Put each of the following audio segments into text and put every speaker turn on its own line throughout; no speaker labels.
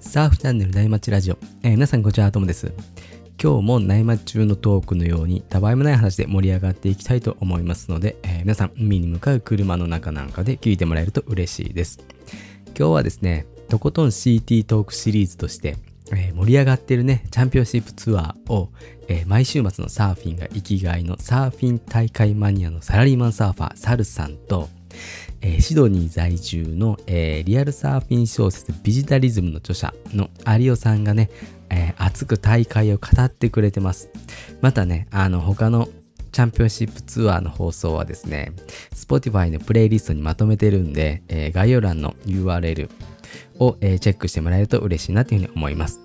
サーフチャンネル内町ラジオ、えー皆さんこんにちはともです今日も内町中のトークのようにたわいもない話で盛り上がっていきたいと思いますので、えー皆さん海に向かう車の中なんかで聞いてもらえると嬉しいです今日はですねとことん CT トークシリーズとして、えー盛り上がってるねチャンピオンシップツアーを、えー毎週末のサーフィンが生きがいのサーフィン大会マニアのサラリーマンサーファーサルさんとえーシドニー在住の、えーリアルサーフィン小説ビジタリズムの著者の有オさんがね、えー熱く大会を語ってくれてます。またね、あの他のチャンピオンシップツアーの放送はですね、Spotify のプレイリストにまとめてるんで、えー概要欄の URL を、えーチェックしてもらえると嬉しいなというふうに思います。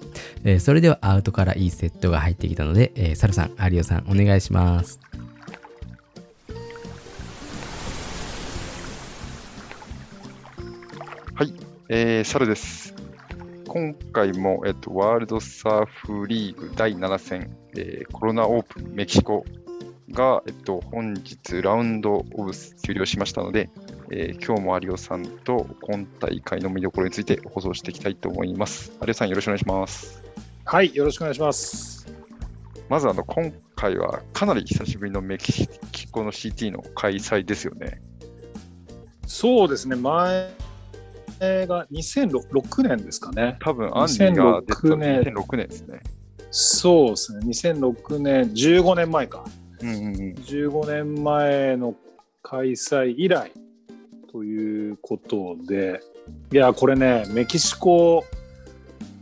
えーそれではアウトからいいセットが入ってきたので、えーサルさん、有オさんお願いします。
えー、サルです。今回も、えっと、ワールドサーフリーグ第7戦、えーコロナオープンメキシコが、えっと、本日ラウンドオブ終了しましたので、えー今日も有オさんと今大会の見どころについて放送していきたいと思います。有オさんよろしくお願いします。
はい、よろしくお願いします。
まずあの今回はかなり久しぶりのメキシコの CT の開催ですよね。
そうですね、前が2006年ですかね。
多分アンディが出た
2006年
2006年ですね。
そうですね、2006年、15年前か。
うんうんうん
15年前の開催以来ということで、いや、これね、メキシコ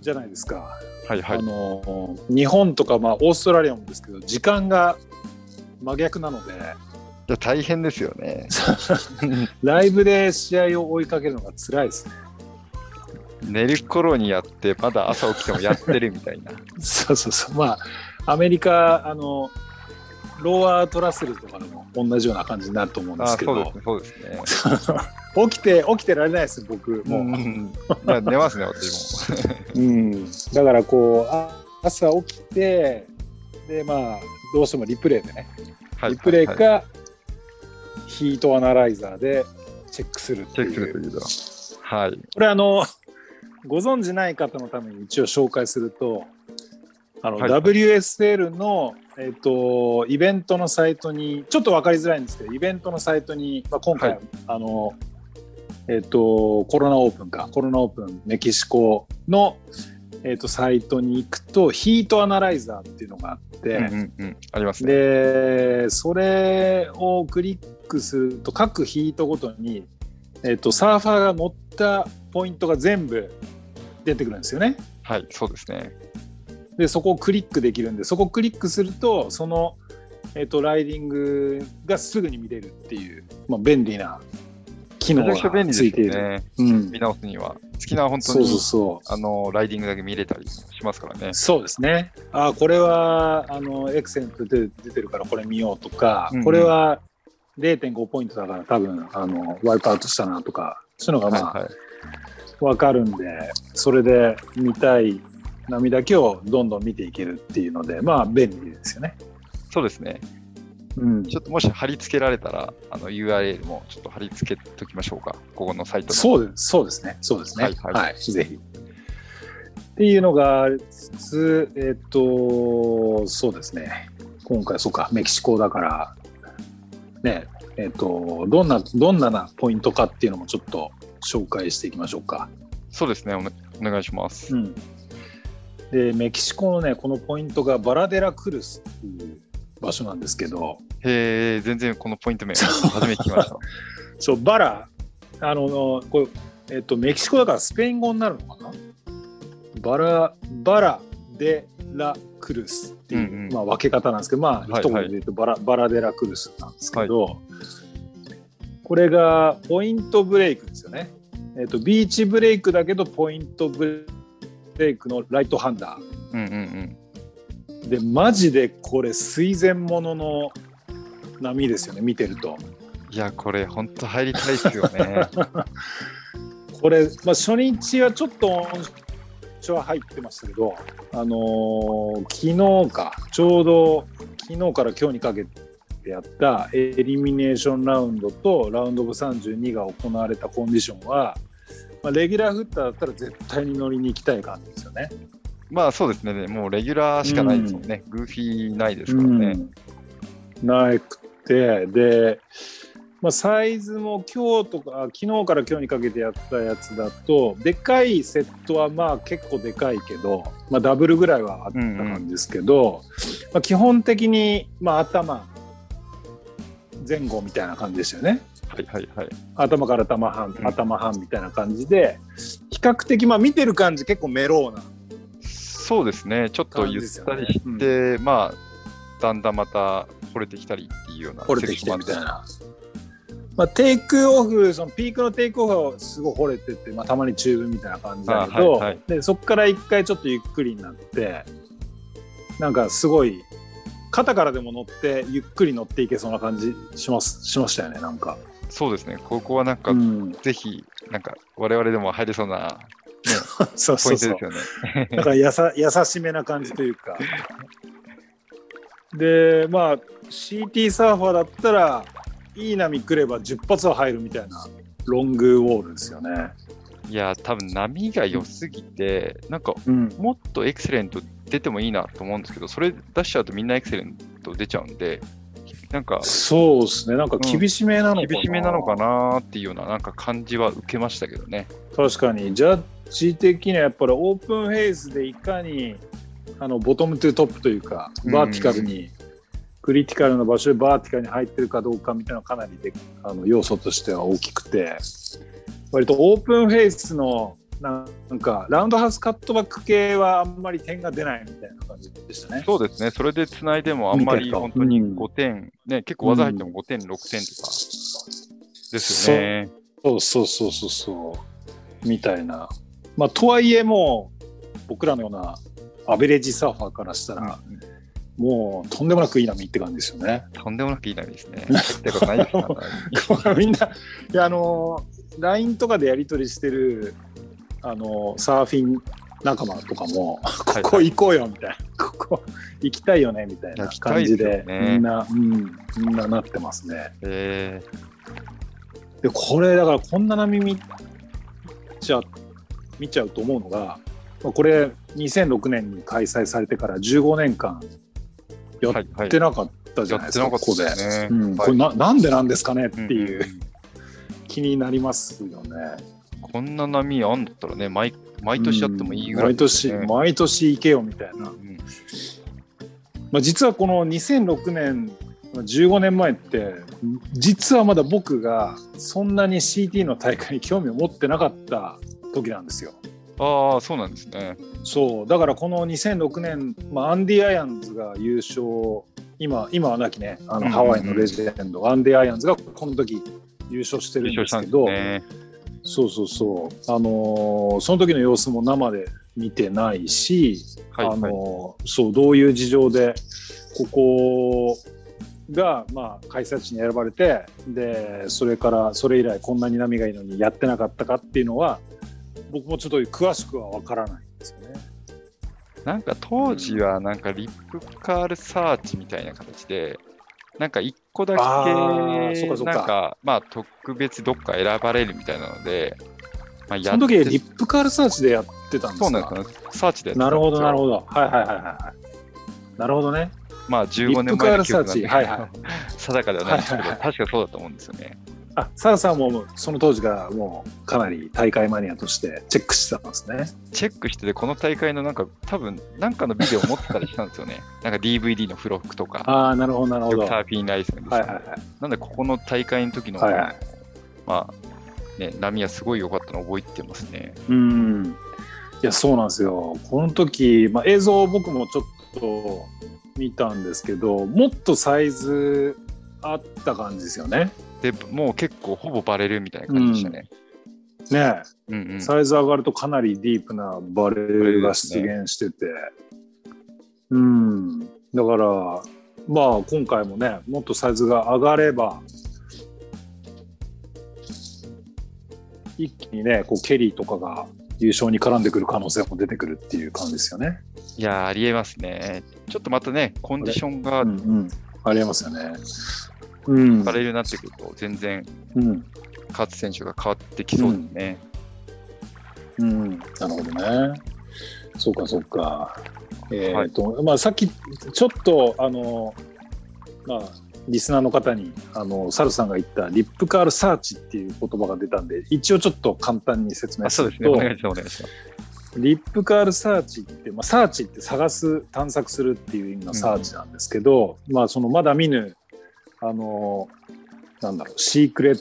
じゃないですか。
はいはい
あ。の日本とか、まあ、オーストラリアもですけど、時間が真逆なので、
いや大変ですよね。
ライブで試合を追いかけるのが辛いですね
寝る頃にやって、まだ朝起きてもやってるみたい な。
そうそうそう、まあ、アメリカ、あの、ローアートラッセルとかでも同じような感じになると思うんで
あ
すけ
そうで
ど
す、ね、そうですね。
起きて、起きてられないです、僕、
もう、
も
いや寝ますね、私も。
う。うん、だから、こう、あ朝起きて、で、まあ、どうしてもリプレイでね、
はい
リプレイ
はい
か、ヒートアナライザーでチェックするって
チェックす
い
る
う
と。いうのは。はい。
これあの ご存じない方のために一応紹介するとあの、
はい
WSL の、えっとイベントのサイトにちょっと分かりづらいんですけどイベントのサイトに、まあ、今回、
はい
あのえっとコロナオープンかコロナオープンメキシコの、えっとサイトに行くとヒートアナライザーっていうのがあって、
うんうんうん。ありますね。
でそれをクリックすると各ヒートごとに、えっとサーファーが乗ったポイントが全部出てくるんですよね。
はい、そうですね。
でそこをクリックできるんでそこをクリックするとその、えっとライディングがすぐに見れるっていう、まあ、便利な機
め
能
ちゃくちゃ便
が
利で
ついて
すよ
いる。
ね。
うん
見、直すには。好きな本当
そう
に
そうそう
あのライディングだけ見れたりしますからね。
そうですね。あこれはあのエクセントで出てるからこれ見ようとか、
うんうん
これは0.5ポイントだから多分あのワイプアウトしたなとかそういうのがま
はい
あ
はい。
わかるんで、それで見たい波だけをどんどん見ていけるっていうのでまあ便利ですよね。
そうですね。
うん、
ちょっともし貼り付けられたら、あの URL もちょっと貼り付けときましょうか。ここのサイトの。
そうですそうですねそうですね
は
はいい、
はい
ぜひ。っていうのがありつつえっとそうですね今回そうかメキシコだからねえっとどんなどんななポイントかっていうのもちょっと紹介していきましょうか。
そうですねおね。お願いします。
うん、でメキシコのねこのポイントがバラデラクルスっていう場所なんですけど
へえ、全然このポイント名、初めて聞きました。
そうバラあのこれ、えっと、メキシコだからスペイン語になるのかなバラバラデラクルスっていう、
うんうん
まあ、分け方なんですけどまあ
いはい
一言で言うとバラ,、バラデラクルスなんですけど、これがポイントブレイクですよね、えっと、ビーチブレイクだけどポイントブレイクのライトハンダー
うんうんうん。
でマジでこれ垂涎ものの波ですよね見てると。
いや、これ、本当入りたいですよ ね。
これ、まあ、初日はちょっと音書は入ってましたけど、あのー昨日かちょうど昨日から今日にかけてやったエリミネーションラウンドとラウンドオブ32が行われたコンディションはまあ、レギュラーフッターだったら絶対に乗りに行きたい感じですよね。
まあそうですね、もうレギュラーしかないですもんね、グーフィーないですからね。
うんなくてで、まあ、サイズも今日とか昨日から今日にかけてやったやつだとでかいセットはまあ結構でかいけど、まあ、ダブルぐらいはあったんですけど、まあ、基本的にまあ頭前後みたいな感じですよね。
はいはいはい。
頭から頭半、
うん
頭半みたいな感じで比較的まあ見てる感じ結構メローな
そうですね、ちょっとゆったり
感
し
じで
て、まあ、だんだんまた惚れてきたりっていうような
掘れてきてみたい
セクションもあっ
な。まあ、テイクオフそのピークのテイクオフはすごい掘れてて、まあ、たまにチューブみたいな感じだけど、
あはいはい
でそこから一回ちょっとゆっくりになってなんかすごい肩からでも乗ってゆっくり乗っていけそうな感じしますしましたよねなんか。
てそうですね、ここはなんか、
うん、
ぜひ、なんか、我々でも入れそうな
そう
ポイ
そう
ントで
そう
すよね。
なんかやさ優しめな感じというか。でまあ CT サーファーだったらいい波来れば10発は入るみたいなロングウォールですよね。
いやー、多分波が良すぎて、なんか、
うん、
もっとエクセレント出てもいいなと思うんですけど、それ出しちゃうとみんなエクセレント出ちゃうんで、なんか、
そうですねなんか厳しめなのかな、
厳しめなのかなーっていうような、なんか感じは受けましたけどね。
確かにジャッジ的にはやっぱりオープンフェイスでいかにあのボトムトゥトップというか
うん
バーティカルに、クリティカルな場所でバーティカルに入ってるかどうかみたいなのがかなりであの要素としては大きくて割とオープンフェイスのなんかラウンドハウスカットバック系はあんまり点が出ないみたいな感じでしたね。
そうですね、それで繋いでもあんまり
見てると
本当に
うん
5点、ね、結構技入っても5点、6点とかですよね。。
そうそうそうそうそうみたいなまあとはいえもう僕らのようなアベレージサーファーからしたら、もうとんでもなくいい波って感じですよね
とんでもなくいい波ですね。入ったことないですから
みんないやあの LINE とかでやり取りしてるあのサーフィン仲間とかも
はい
ここ行こうよみたいな、ここ行きたいよねみたいな
行きた
感
いで
じ
すよね
でみんな、うん、みんななってますね。
え
でこれだからこんな波見ちゃ見ちゃうと思うのがまあこれ2006年に開催されてから15年間
ー
や
はいは
っ
い
てなかったじゃないですか、
やって
ここ
なか
で
ったですね
うん
はい
これななんでなんですかねって
うん
いう、気になりますよね
こんな波あんだったらね、毎毎年やってもいいぐらい
毎
です
年
よね、
毎年行けよみたいな、
うん
まあ、実はこの2006年まあ15年前って実はまだ僕がそんなに CT の大会に興味を持ってなかった時なんですよ。
ああ、そうなんですね。
そうだからこの2006年、まあ、アンディ・アイアンズが優勝今今はなきねあ
うん
のハワイのレジェンド、アンディ・アイアンズがこの時優勝してるん
優
で
勝したん
すけ
です
ど
ね。
そうそうそう、あのーその時の様子も生で見てないし、
はい
あ
はい。
のーそうどういう事情でここが、まあ、開催地に選ばれてでそれからそれ以来こんなに波がいいのにやってなかったかっていうのは僕もちょっと詳しくは分からないんですよね。
なんか当時はなんかリップカールサーチみたいな形で、なんか一個だ
あ
け、
ーそっかそっか
なんかまあ特別どっか選ばれるみたいなので、まあ、や
その時リップカールサーチでやってたんですか
そうなんですよね。サーチでやってたんですよ
なるほどなるほどはいはいはいはいなるほどね
まあ
リ
15
ッ
年
プカ
前
ー
の
ル
記
サー
憶なんで
チ
すけど、
はいはい
定かではないですけど、
はいはい
確かそうだと思うんですよね。
あサラさんもその当時からもうかなり大会マニアとしてチェックしてたんですね
チェックしてて、この大会のなんか、多分なんかのビデオ持ってたりしたんですよね。なんか DVD の付録とか、
ああなるほどなる
サ
ほどはい
ーフィンライセンスとか
はいはい
なんで、ここの大会の時の、
はいはい
まあ、ね、波はすごい良かったのを覚えてますね。
うんいやそうなんですよこの時、まあ、映像を僕もちょっと見たんですけどもっとサイズあった感じですよね
で、もう結構ほぼバレるみたいな感じでしたね。
ねえ
うん、うん、
サイズ上がるとかなりディープなバレルが出現してて、うん、だから、まあ今回もね、もっとサイズが上がれば、一気にね、こうケリーとかが優勝に絡んでくる可能性も出てくるっていう感じですよね。
いやー、ありえますね。ちょっとまたね、コンディションが
うんうん、ありえますよね。うん
バレるようになってくると、全然
うん、
勝選手が変わってきそうですね。
うん、なるほどね。そうか、そうか。えっ、と、まあ、さっき、ちょっと、あの、まあ、リスナーの方に、あの、サルさんが言った、リップカールサーチっていう言葉が出たんで、一応ちょっと簡単に説明
あ
す
そう
る
ですね。お
と、
願いします。お願いします。
リップカールサーチって、まあ、サーチって探す、探索するっていう意味のサーチなんですけど、まあ、その、まだ見ぬ、あの、なんだろう、シークレッ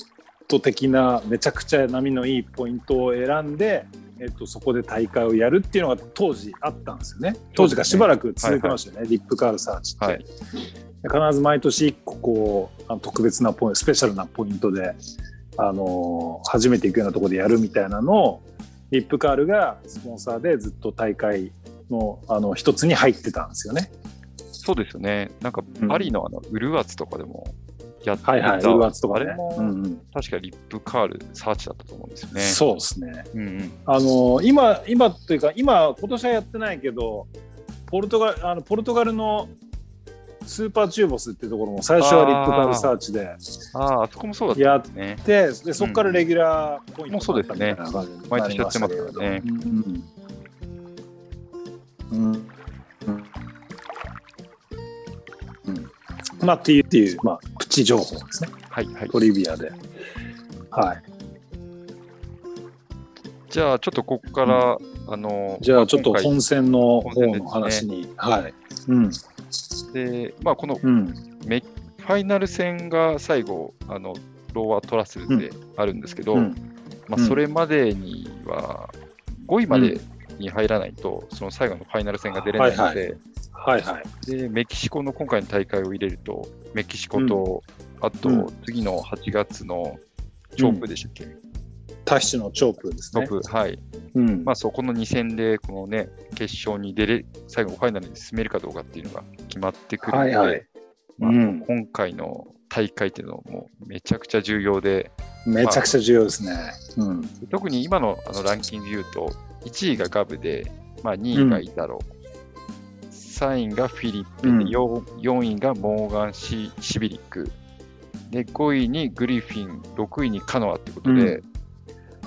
ト的な、めちゃくちゃ波のいいポイントを選んで、えっと、そこで大会をやるっていうのが当時あったんですよね。当時がしばらく続いてましたよね、リップカールサーチって。
はい
必ず毎年1個こうあの特別なポイントスペシャルなポイントで、あのー初めて行くようなところでやるみたいなのをリップカールがスポンサーでずっと大会のあの一つに入ってたんですよね。
そうですよね。なんか
う、ん
パリのあの、ウルアツとかでもやってた。
はいはい、ウルアツとか
あれ
ね
も、
うんうん
確かリップカールサーチだったと思うんですよね。
そうですね。
う。うんうん。
あのー今今というか今今年はやってないけどポルトガルあのポルトガルのスーパーチューボスっていうところも最初はリップカールサーチで
ああ、あそこもそうだっ
やった
ね。
ででそこからレギュラーポイントになったみたいな感じに
毎
な
年
り
やっ
ま
て
し
ます
たけ
よ
れど
ね。
うんうんまあっていうっていう、まあ、プチ情報ですね
はいはい。
トリビアではい
じゃあ、ちょっとここから、あの、
じゃあちょっと
今回
本戦の方の話に、はいうん
で、まあ、このフ
うん
ァイナル戦が最後、あの、ローアートラッセルであるんですけど、
うん
まあ、
うん
それまでには、5位までに入らないと、その最後のファイナル戦が出れないので、
はいははいはい
でメキシコの今回の大会を入れると、メキシコと、あ
う
と次の8月のチョープでしたっけ、
タヒチのチョープです
チョ
ね
ープ、はい。
うん
まあ、そこの2戦で、このね、決勝に出れ、最後、ファイナルに進めるかどうかっていうのが決まってくるの
は
で、
いはい、
まあ
うん
今回の大会っていうのはもうめちゃくちゃ重要で、
めちゃくちゃ重要ですね、うん
特に今のあのランキングで言うと、1位がガブで、まあ、2位がイタロ、3位がフィリップ、
うん
4, 位がモーガンシ・シビリック、で5位にグリフィン、6位にカノアってことで、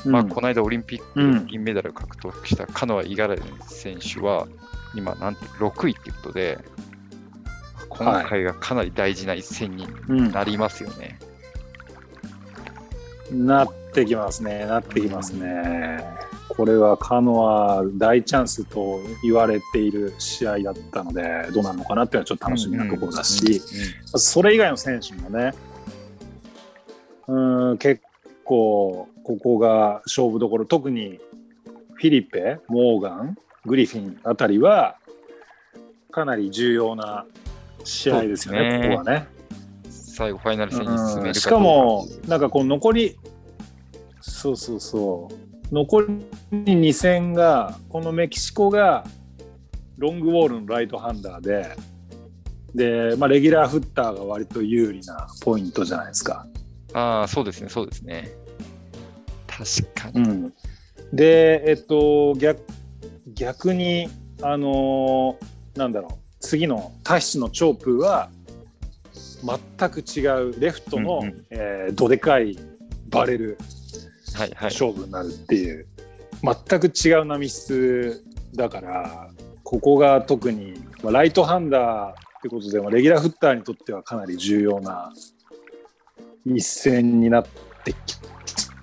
まあ、
うん
この間オリンピックで銀メダルを獲得したカノア・イガラレン選手は、今なんて6位ってことで、今回がかなり大事な一戦に
うん
なりますよね。
なってきますね、なってきますね。これはカノア大チャンスと言われている試合だったので、どうなるのかなっていうのはちょっと楽しみなところだし、それ以外の選手もね、うん、結構ここが勝負どころ、特にフィリペ、モーガン、グリフィンあたりは、かなり重要な試合ですよね、
そうですね
ここはね。
最後、ファイナル戦に進め
う
る
ん
か
し
ど
か
う
も
っていう
なんかこう残りそうそうそう残り2戦がこのメキシコがロングウォールのライトハンダーでで、まあ、レギュラーフッターが割と有利なポイントじゃないですか。
ああ、そうですね、そうですね。確か
う
に。
ん、で、えっと、逆逆に、あのーなんだろう次のタヒチのチョープは全く違うレフトの、
うんうん
えーどでかいバレル
はいはい。
勝負になるっていう、全く違う波質だからここが特に、まあ、ライトハンダーってことで、まあ、レギュラーフッターにとってはかなり重要な一戦になってき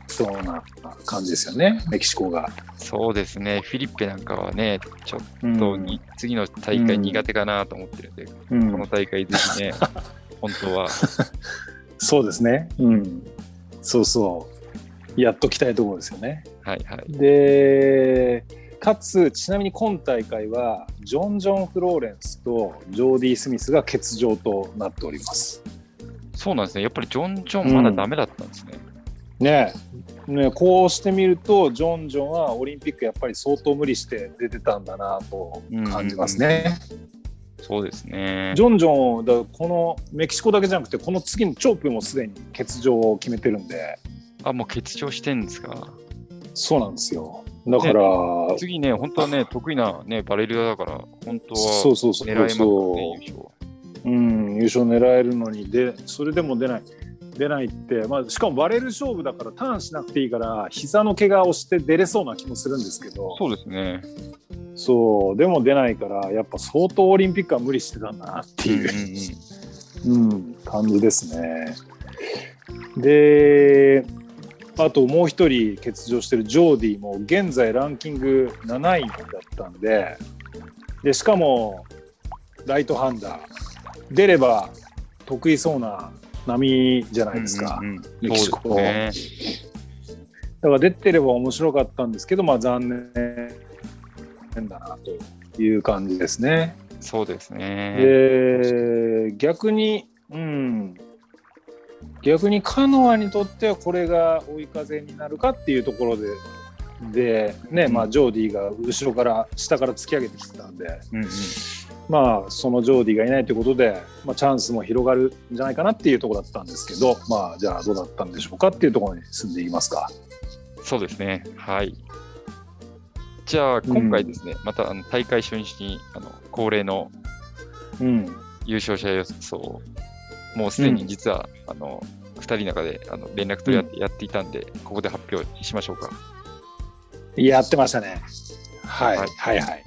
そうな感じですよねメキシコが。
そうですね、フィリッペなんかはね、ちょっ
うん
とに、次の大会苦手かなと思ってるんで、
うん
この大会ぜ ひね、本当は。
そうですね、うん、そうそうやっときたいところですよね。
はいはい。
でかつちなみに今大会はジョン・ジョン・フローレンスとジョーディ・スミスが欠場となっております。
そうなんですね、やっぱりジョン・ジョンまだダメだったんですね。
ねえねえこうしてみるとジョン・ジョンはオリンピックやっぱり相当無理して出てたんだなと感じますね。
そうですね
ジ。ョン・ジョンだからこのメキシコだけじゃなくてこの次のチョープもすでに欠場を決めてるんで
あ、もう欠場してんですか。
そうなんですよ。だから、
次ね、本当はね、得意な、ね、バレルだから、本当
そ
は
うそうそう
狙えます
そ
よ
う
ね、優勝。
うん、優勝狙えるのにでそれでも出ない出ないって、まあ、しかも割れる勝負だからターンしなくていいから膝の怪我をして出れそうな気もするんですけど
そうですね。
そうでも出ないからやっぱ相当オリンピックは無理してたんだなって
うん
いうう。
んうん
うん、感じですね。で、あともう一人欠場してるジョーディも現在ランキング7位だったんで、でしかもライトハンダー、出れば得意そうな波じゃないですか。
うんうんうん
メキシコ
そうですね
だから出てれば面白かったんですけど、まあ残念だなという感じですね。
そうですね。
えー逆に、うん、逆にカノアにとってはこれが追い風になるかっていうところで、で、ね、まあ、ジョーディが後ろから、下から突き上げてきてたんで、
うんうん
まあ、そのジョーディがいないということで、まあ、チャンスも広がるんじゃないかなっていうところだったんですけど、まあ、じゃあどうだったんでしょうかっていうところに進んでいきますか。
そうですね。はい。じゃあ、今回ですね、またあの大会初日にあの恒例の
うん。
優勝者予想を、もうすでに実は、あの2人の中であの連絡取り合ってやっていたんで、ここで発表しましょうか。
やってましたね。はい。
はい
はいはい。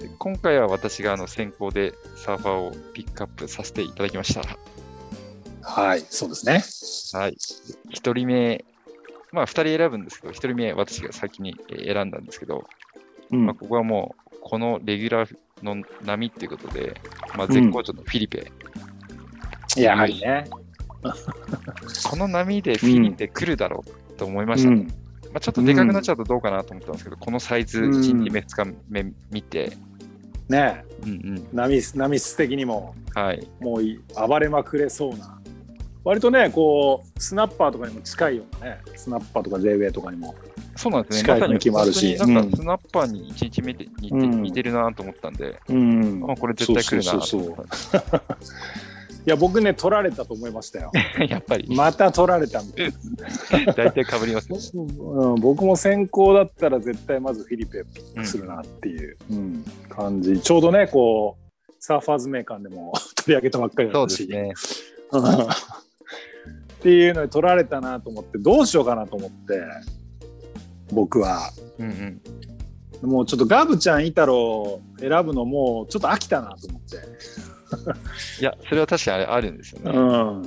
で今回は私があの先行でサーファーをピックアップさせていただきました。
はい。そうですね。
はい。1人目、まあ2人選ぶんですけど、1人目私が先にえー選んだんですけど、
うん
まあ、ここはもう、このレギュラーの波っていうことで、まあ、絶好調のフィリペ、
やはりね。
この波でフィリペ来るだろうと思いました、
うん
まあ、ちょっとでかくなっちゃうとどうかなと思ったんですけど、このサイズ、
うん
1日目、2日目見て、
ね
う
え
んうん
波波質的にも
はい、
もうい暴れまくれそうな割とねこうスナッパーとかにも近いようなねスナッパーとか JWAY とかにも
そうなんですね、
近い雰囲気もあるし
まさに本当になん
うん
かスナッパーに1日目で似て,、
うん
似てるなと思ったんで、
うん
あこれ絶対来るな
そうそうそうそういや僕ね取られたと思いましたよ
やっぱり、
また取られたみたいな
大体かぶりますね。
僕,、うん、僕も先行だったら絶対まずフィリペピックするなっていう、うん感じちょうどねこうサーファーズメーカーでも 取り上げたばっかりだ
そう
った
で
し
すね。
うん っていうのに取られたなと思ってどうしようかなと思って僕は
うんうん。
もうちょっとガブちゃんイタロ選ぶのもうちょっと飽きたなと思って、
いや、それは確かにあれあるんですよね。
うん、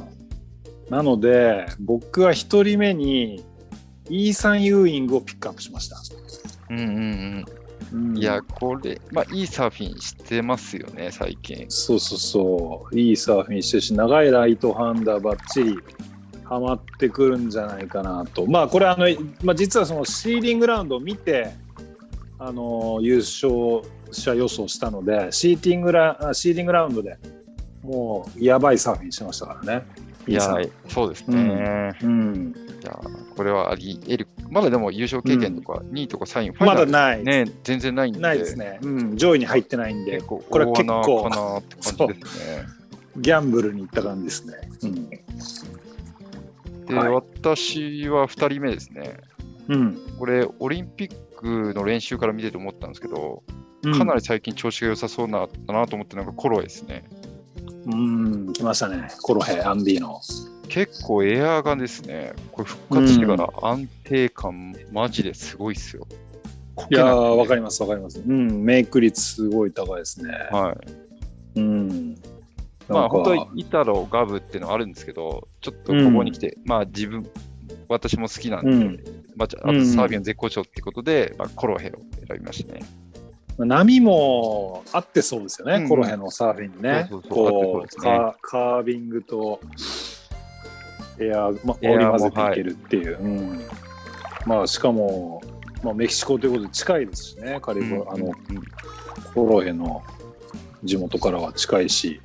なので僕は1人目にイーサン・ユーイングをピックアップしました、
うんうん
うん
うん。いや、これ、まあ、いいサーフィンしてますよね、最近。
そうそうそういいサーフィンしてるし長いライトハンダーばっちりハマってくるんじゃないかなとまあこれあの、まあ、実はそのシーディングラウンドを見てあの優勝者予想したのでシーティングラあシーディングラウンドでもうやばいサーフィンしてましたからね。
いや
いいサー、
そうですね。
フィンうん、
いや、これはあり得る。まだでも優勝経験とか、2位とか3位、ファイ
ま
ナ
だ
ル
ない、
ね、全然ないんで。
ないですね、うん、上位に入ってないんで
結構、
これは結
大
構
穴かなって感じですね。
ギャンブルに行った感じですね。うん
で、
はい
私は2人目ですね。
うん
これ、オリンピックの練習から見てて思ったんですけど、
うん、
かなり最近調子が良さそうなだなと思って、なんかコロエですね。
うん、来ましたね。コロヘ、アンディの。
結構エアーがですね、これ復活してから安定感、マジですごいっすよ。
いやー、わか
り
ります、わかります。うん、メイク率すごい高いですね。
はい。
うん。
まあ本当
に
にイタロガブっていうのはあるんですけど、ちょっとここに来て、まあ自分、私も好きなんで、
うん
まあ、じゃあ
うん
あとサービアン絶好調ってことで、まあ、コロヘを選びましたね。
波も合ってそうですよね、
うん
コロヘのサーフィンにね。
そうそうそう合
こ
ってそうです
う
ね
カーカービングとエアー、まあ、
エア
織り
ーも
交ぜていけるっていう。うん、まあしかも、まあ、メキシコということで近いですしね、カリブ、あのコロヘの地元からは近いし、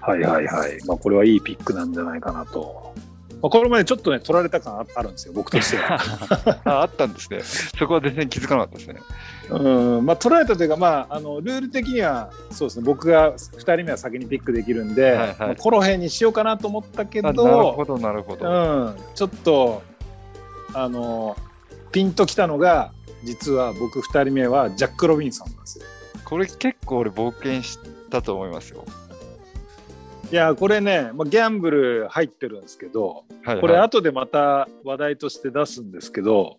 はいはいはい、まあ、これはいいピックなんじゃないかなと。まあ、これまでちょっとね、取られた感ああるんですよ、僕として は。
ああったんですね。そこは全然気づかなかったですね。
うんまあ、取られたというか、まあ、あのルール的にはそうですね僕が2人目は先にピックできるんで、
はいはい
まあコロヘにしようかなと思ったけ
あな
ど
るほど、なるほど。
うん、ちょっとあのピンときたのが実は僕2人目はジャック・ロビンソンなんですよ。
これ結構俺冒険したと思いますよ。
いやこれね、まあ、ギャンブル入ってるんですけど
はいはい、
これ後でまた話題として出すんですけど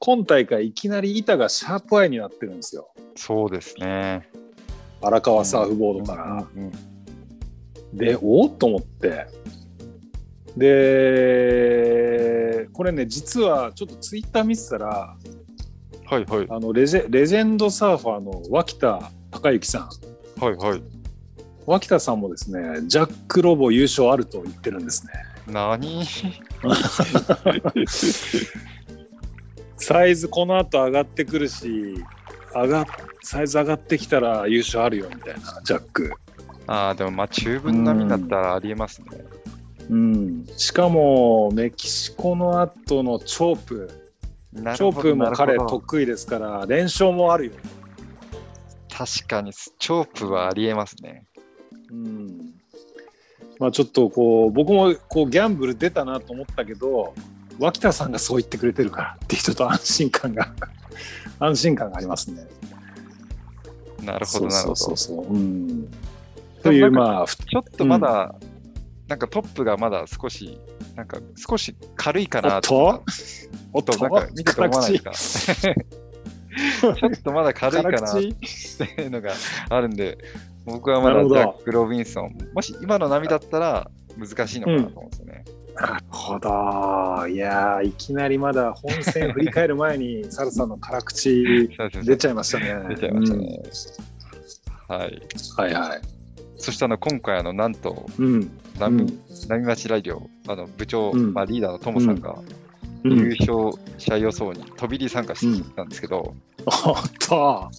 今大会いきなり板がシャープアイになってるんですよ
そうですね。
荒川サーフボードから。
うん
でおっと思ってでこれね実はちょっとツイッター見てたら
はいはい
あのレジェレジェンドサーファーの脇田隆之さん
はいはい。
脇田さんもですねジャック・ロボ優勝あると言ってるんですね
何
サイズこの後上がってくるし上がサイズ上がってきたら優勝あるよみたいなジャック
ああ、でもまあ中分並みだったらありえますね。
うんしかもメキシコの後のチョープ
なる
チ
ほ
ョー
ど
プも彼
なるほど
得意ですから連勝もあるよ、
確かにチョープはありえますね。
うんまあ、ちょっとこう僕もこうギャンブル出たなと思ったけど脇田さんがそう言ってくれてるからってちょっと安心感が 安心感がありますね。
なるほどなるほ
そうそ
ど
う。そうそう。うん、というまあふ
ちょっとまだ、なんかトップがまだ少し、なんか少し軽いかな
おっとお
お
っ
っ
と
と、なんか見てて思わない ですか。 ちょっとまだ軽いかなっ
辛口
ていうのがあるんで、僕はま
な
だ
る
ジ
ほど
ャック・ロビンソン、もし今の波だったら難しいのかなと思うんですよね。
なるほど。いやーいきなりまだ本戦振り返る前 にサルさんの辛口
そうですね
出ちゃいましたね。
出ちゃいましたね。はい。
うんはいはい。
そしてあの今回あの、なんと、
うん。
波,、波町ラジオ、あの部長、
うん
まあ、リーダーのともさんが、
う
優
ん、
勝者予想に飛び入り参加してたんですけど、
おっと。は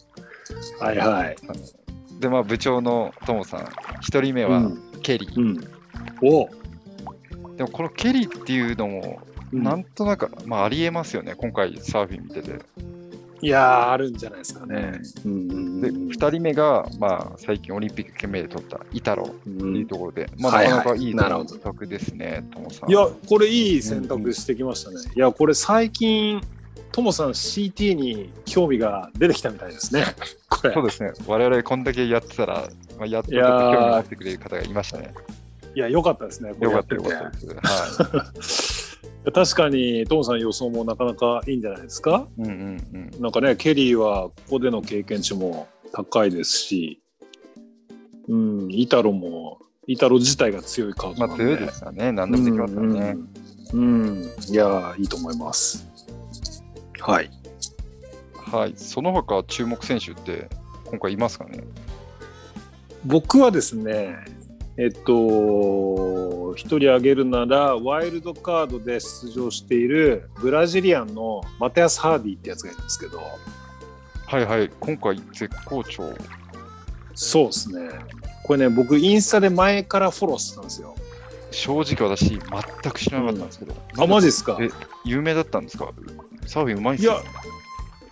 いはい。
で、まあ、部長のともさん、1人目
う
は
ん。
ケリ
う
ー、
ん、お
でもこのケリーっていうのも、なんとなく、まあ、ありえますよね、今回サーフィン見てて。
いやーあるんじゃないですかね。うんうん
で、2人目が、まあ、最近オリンピック懸命で取ったイタロー
う
って
ん
いうところで、まあ、
は
ない
はい
かなかいい
なるほど
選択ですね、ともさん。
いや、これいい選択してきましたね。いや、これ最近、ともさん CT に興味が出てきたみたいですね。これ
そうですね、我々こんだけやってたら、まあ、やっと
い
興味
やー
を持ってくれる方がいましたね。
いや、良かったですね。これ
よ
や
かっ
っ
てた
て
よかったです。は
確かに、トムさん予想もなかなかいいんじゃないですか。
い。うんうん うん。
なんかね、ケリーはここでの経験値も高いですし、うん、イタロも、イタロ自体が強いカー
ま
ド
あ、
なんで。
強いですよね、何でもできますからね。
うん、うんうんいや、いいと思います。はい。
はい、その他注目選手って今回いますかね
僕はですねえっと一人挙げるならワイルドカードで出場しているブラジリアンのマテアス・ハーディってやつがいるんですけど
はいはい、今回絶好調。
そうですねこれね僕インスタで前からフォローしてたんですよ
正直私、全く知らなかったんですけど。
あマジですか
え有名だったんですかサーフィンうまいっ
い
すよ
や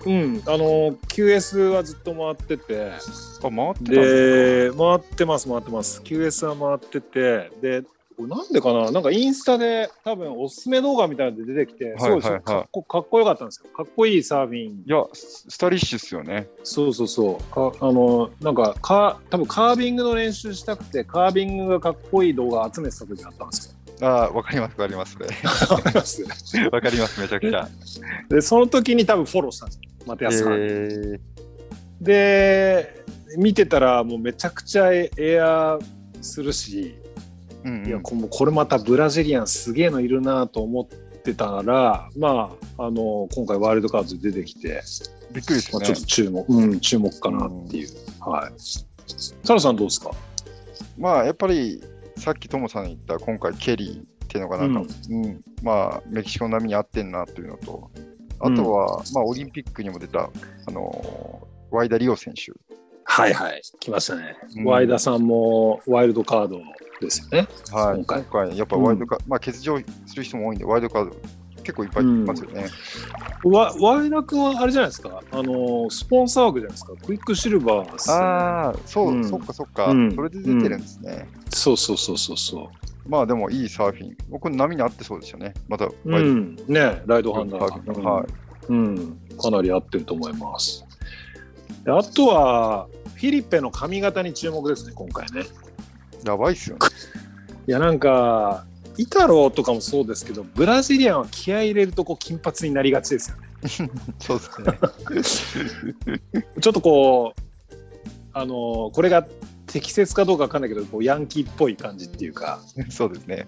うんあの QS はずっと回ってて
あ、回ってたんで
で回ってます回ってます QS は回っててでこれなんでかななんかインスタで多分おすすめ動画みたいなので出てきて、
い
すごい
はいはい
かっこかっこよかったんですよかっこいいサーフィ
す
ン
かいや、ススタイリッシュっすよね。
そうそうそう。かあのなんかか多分カービングの練習したくてカービングがかっこいい動画集めてた時があったんですよ。
あーわかります、わかります。
わかります
わかります、めちゃくちゃ。
でその時に多分フォローしたんですよ。マテ
え
アスさん。
ー、
で見てたらもうめちゃくちゃエアするし、
うん
いや
うん、
こもうこれまたブラジリアンすげえのいるなと思ってたらまああの今回ワールドカードで出てきて、
びっくりです
まあ、
ね
ちょっ。と注目、うん注目かなっていう。はい。サラさんどうですか。
まあ、やっぱりさっきともさん言った今回ケリーっていうのがなんか、うんまあ、メキシコの波に合ってんなというのと、あとは、まあ、オリンピックにも出た、あのーワイダリオ選手。
はいはい、来ましたね。
うん
ワイダさんもワイルドカードですよね。
はい、
今
今
回
回、やっぱワイドカード、まあ、欠場する人も多いんで、ワイドカード結構いっぱいいますよね。
わワイダ君はあれじゃないですか、あのスポンサー枠じゃないですか、クイックシルバーっすよね
ああ、そう、
うん
そっかそっか、
うん
それで出てるんですね。
そうそうそうそうそ
まあ、でもいいサーフィン。僕、波に合ってそうですよね。また、ワイ
う。う
ド
ん、ね、ライドハンダ
カード。はい。
うん、かなり合ってると思います。であとは、フィリッペの髪型に注目ですね、今回ね。
やばいっすよね。
いやなんかイタロとかもそうですけどブラジリアンは気合い入れるとこう金髪になりがちですよね
そうですね。
ちょっとこうあのこれが適切かどうかわかんないけどこうヤンキーっぽい感じっていうか、
そうですね。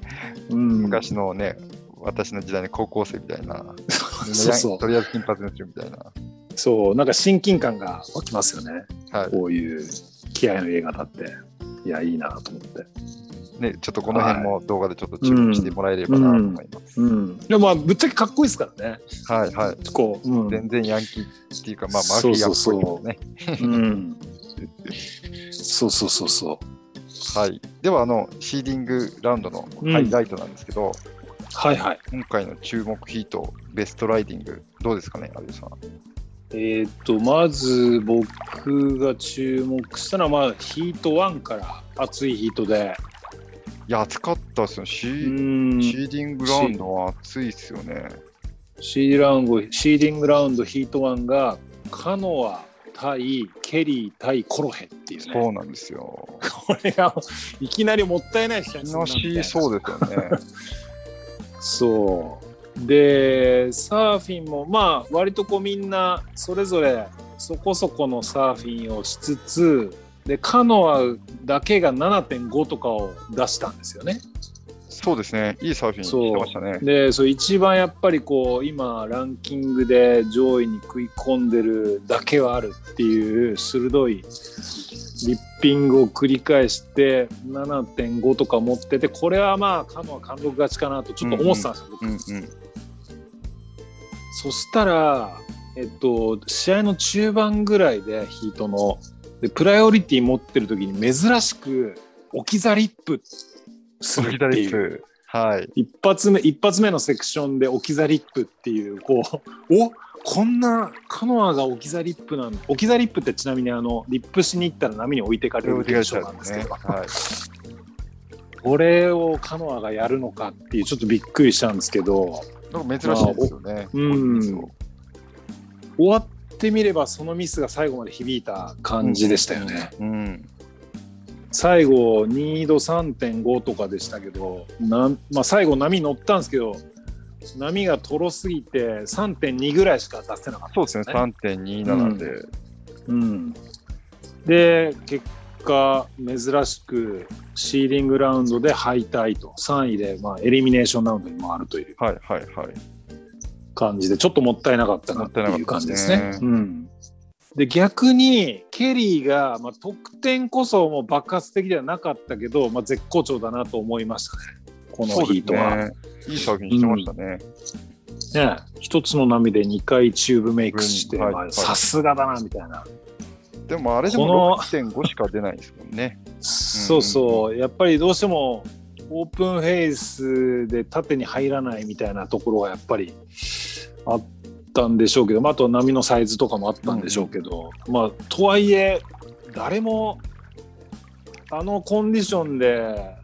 うん
昔のね、私の時代の高校生みたいな。
そうそう
とりあえず金髪にするみたいな。
そうなんか親近感が湧きますよね
はい。
こういう気合いの映画だっていやいいなと思って
ね、ちょっとこの辺も動画でちょっと注目してもらえればなと思います。
うんでもまあぶっちゃけかっこいいですからね
はいはい。
こう、うん
全然ヤンキーっていうか、まあ、マ
そ
フ
う
ィア
そ
っ
うそう
ぽいですね。
うんそうそうそうそう
はい。では、あの、シーディングラウンドのハイライトなんですけど、
はいはい
今回の注目ヒート、ベストライディング、どうですかね、有吉さん。
えーっとまず僕が注目したのは、まあ、ヒート1から熱いヒートで、
いや、暑かったですよ。シ
う
ー
ん、
シーディングラウンドは暑いですよね。
シーラウンドシーディングラウンドヒート1がカノア対ケリー対コロヘっていう
そ
ね
うなんですよ。
これがいきなりもったいない試合
悲しいそうですよね。
そうでサーフィンもまあ割とこうみんなそれぞれそこそこのサーフィンをしつつでカノアだけが7.5とかを出したんですよね。
そうですね。いいサーフィンしてましたね。
でそう一番やっぱりこう今ランキングで上位に食い込んでるだけはあるっていう鋭いリッピングを繰り返して7.5とか持っててこれはまあカノア貫禄勝ちかなとちょっと思ってたんですよ、僕
うんうん。
そしたら、えっと、試合の中盤ぐらいでヒートのでプライオリティ持ってる時に珍しく置き去りップする
鈴木
って
大
いう
地。はい。
一発目一発目のセクションで置き去りップっていうこうおこんなカノアが置き去りップなん置き去りップってちなみにあのリップしに行ったら波に置いてかれる現象なんですけど、
はい。
これをカノアがやるのかっていうちょっとびっくりしたんですけど
なんか珍しいですよね。
うん
そう
終わってみればそのミスが最後まで響いた感じでしたよね。
うん。
最後2度3.5とかでしたけどなん、まあ、最後波乗ったんですけど波がとろすぎて3.2ぐらいしか出せなかった
そうですね。三点二七で。
うん、で結果珍しくシーリングラウンドで敗退と3位でまあエリミネーションラウンドに回るという
はいはいはい。
感じでちょっともったいなかったなって
もった
い
いな
う
かった
感じ
で
ですす
ね
ね。うんで逆にケリーが、まあ、得点こそもう爆発的ではなかったけど、まあ、絶好調だなと思いましたねこのヒートは。ね
ね。いいサーフィンしてましたね。
一つの波で2回チューブメイクして
うんはい
ま
は
あ
い
さすがだなみたいな
でもあれで
こ
も
の
六点五しか出ないですもんね。
そうそう、やっぱりどうしてもオープンフェイスで縦に入らないみたいなところがやっぱりあったんでしょうけど、まあ、あと波のサイズとかもあったんでしょうけど、まあとはいえ誰もあのコンディションで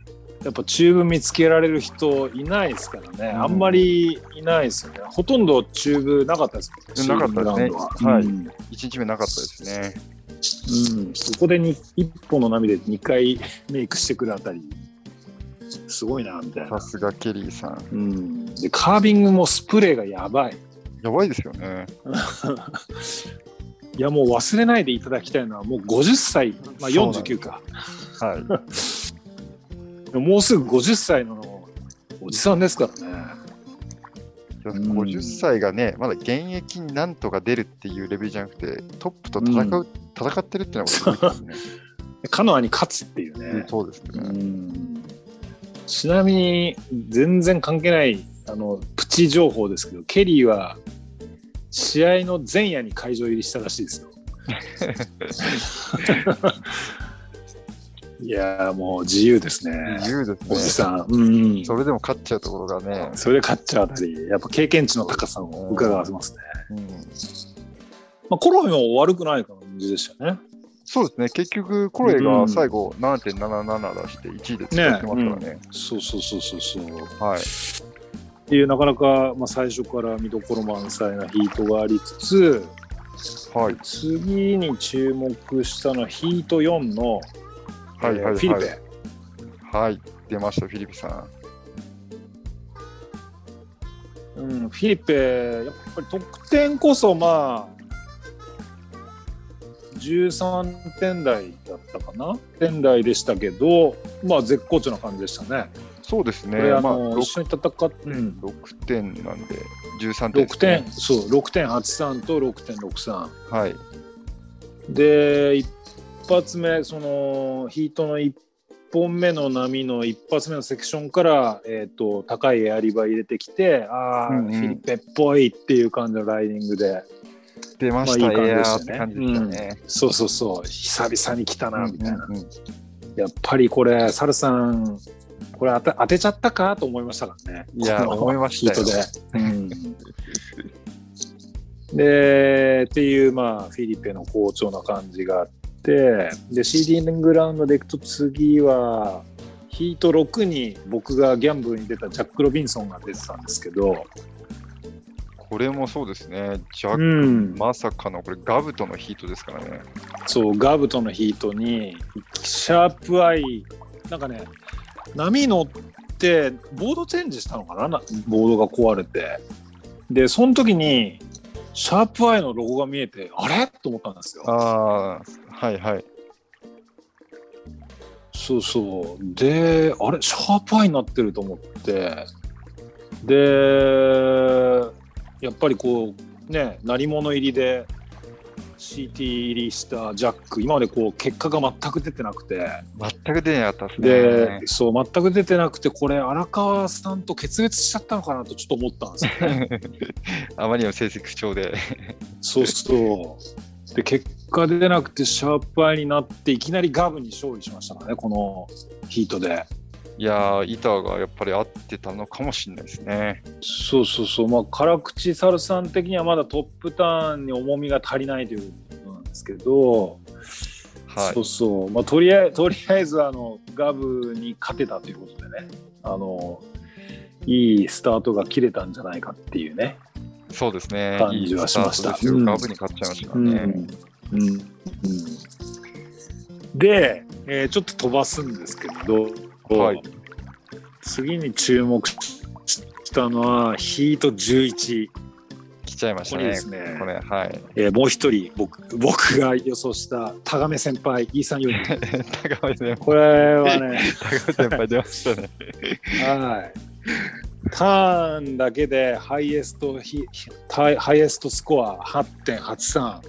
やっぱチューブ見つけられる人いないですからね、
うん
あんまりいないですよねほとんどチューブなかったです
なかったですね
シーズンラウンドは
はい
うん
一日目なかったですね。
うん、そこでに一本の波で2回メイクしてくるあたりすごいなみたい
さ、
な
すがケリーさん。
うん、でカービングもスプレーがやばい
やばいですよね。
いやもう忘れないでいただきたいのはもう50歳、まあ、
そうなんです
49か
はい。
もうすぐ50歳のおじさんですからねん
50歳がね、まだ現役になんとか出るっていうレベルじゃなくて、トップと戦う、戦ってるっていうのがすごいですね。
でカノアに勝つっていう
うん
ね、
そうですね。
うんちなみに全然関係ないあのプチ情報ですけどケリーは試合の前夜に会場入りしたらしいですよ。 いやーもう自由ですね
自由ですね。
おじさん。うん
それでも勝っちゃうところがね、
それで勝っちゃうあたりやっぱ経験値の高さを伺わせますね。
うん
まあ、コロナも悪くない感じでしたね。
そうですね、結局、コロエが最後7.77出して1位で使ってますからね。
そうそうそうそうそう。
はい、
っていうなかなか、まあ、最初から見どころ満載なヒートがありつつ
はい、
次に注目したのはヒート4の、
はい、
えー
はい、
フィリ
は
ペ、
い。はい、出ました、フィリピさん。
うん、フィリペ、やっぱり得点こそまあ、13点台だったかな、点台でしたけど、まあ絶好調な感じでしたね。
そうですね
こ、れあ
まあ
の、一緒に戦っ、うん、
6点なんで、13点
6
ですね、
点、そう、6.83と6.63。
はい。
で、一発目、そのヒートの1本目の波の一発目のセクションから、えー、と高いエアリバー入れてきて、ああ、
うんうん
フィリペっぽいっていう感じのライディングで。
出ました、
まあいい
エアー
感
って
じでしたね
感じでしたね。
そうそうそう、久々に来たな、みたいな。
うんうん
やっぱりこれ、サルさん、これ当て当てちゃったかと思いましたからね。
いや
この
思いましたよ
ヒートで。うん、で、っていう、まあ、フィリペの好調な感じがあって、で、シーディングラウンドでいくと次は、ヒート6に僕がギャンブルに出たジャック・ロビンソンが出てたんですけど、
これもそうですね、ジャッ
う
ク、
ん、
まさかのこれ、ガブとのヒートですからね。
そうガブトのヒートにシャープアイなんかね波乗ってボードチェンジしたのかななボードが壊れてでその時にシャープアイのロゴが見えてあれと思ったんですよ
ああ、はいはい。
そうそうであれシャープアイになってると思ってでやっぱりこうね鳴り物入りで CT 入りしたジャック今までこう結果が全く出てなくて
全く出なかったです
で
ね、。
そう全く出てなくてこれ荒川さんと決別しちゃったのかなとちょっと思ったんですよ
あまりの成績不調で。
そうそうで結果出なくてシャープアイになっていきなりガブに勝利しましたからねこのヒートで
いやー、板がやっぱり合ってたのかもしれないですね。
そうそうそうまあ辛口猿さん的にはまだトップターンに重みが足りないということなんですけど、
はい
そう。そう、まあ、とりあえとりあえずあのガブに勝てたということでねあのいいスタートが切れたんじゃないかっていうね
そうですね。
感じはしました
いいスタートですよ
うん
ガブに勝っちゃいましたからね。
うんうんで、えーちょっと飛ばすんですけど、
はい
次に注目したのはヒート11、
来ちゃいました
ここに
ね。
ですね
これ、はい。
えーもう一人僕僕が予想したタガメ先輩イーサン・ユー リ
高橋先輩、
これはね
高橋先輩出ましたね。
はいターンだけでハイエストヒタハイエストスコア8.83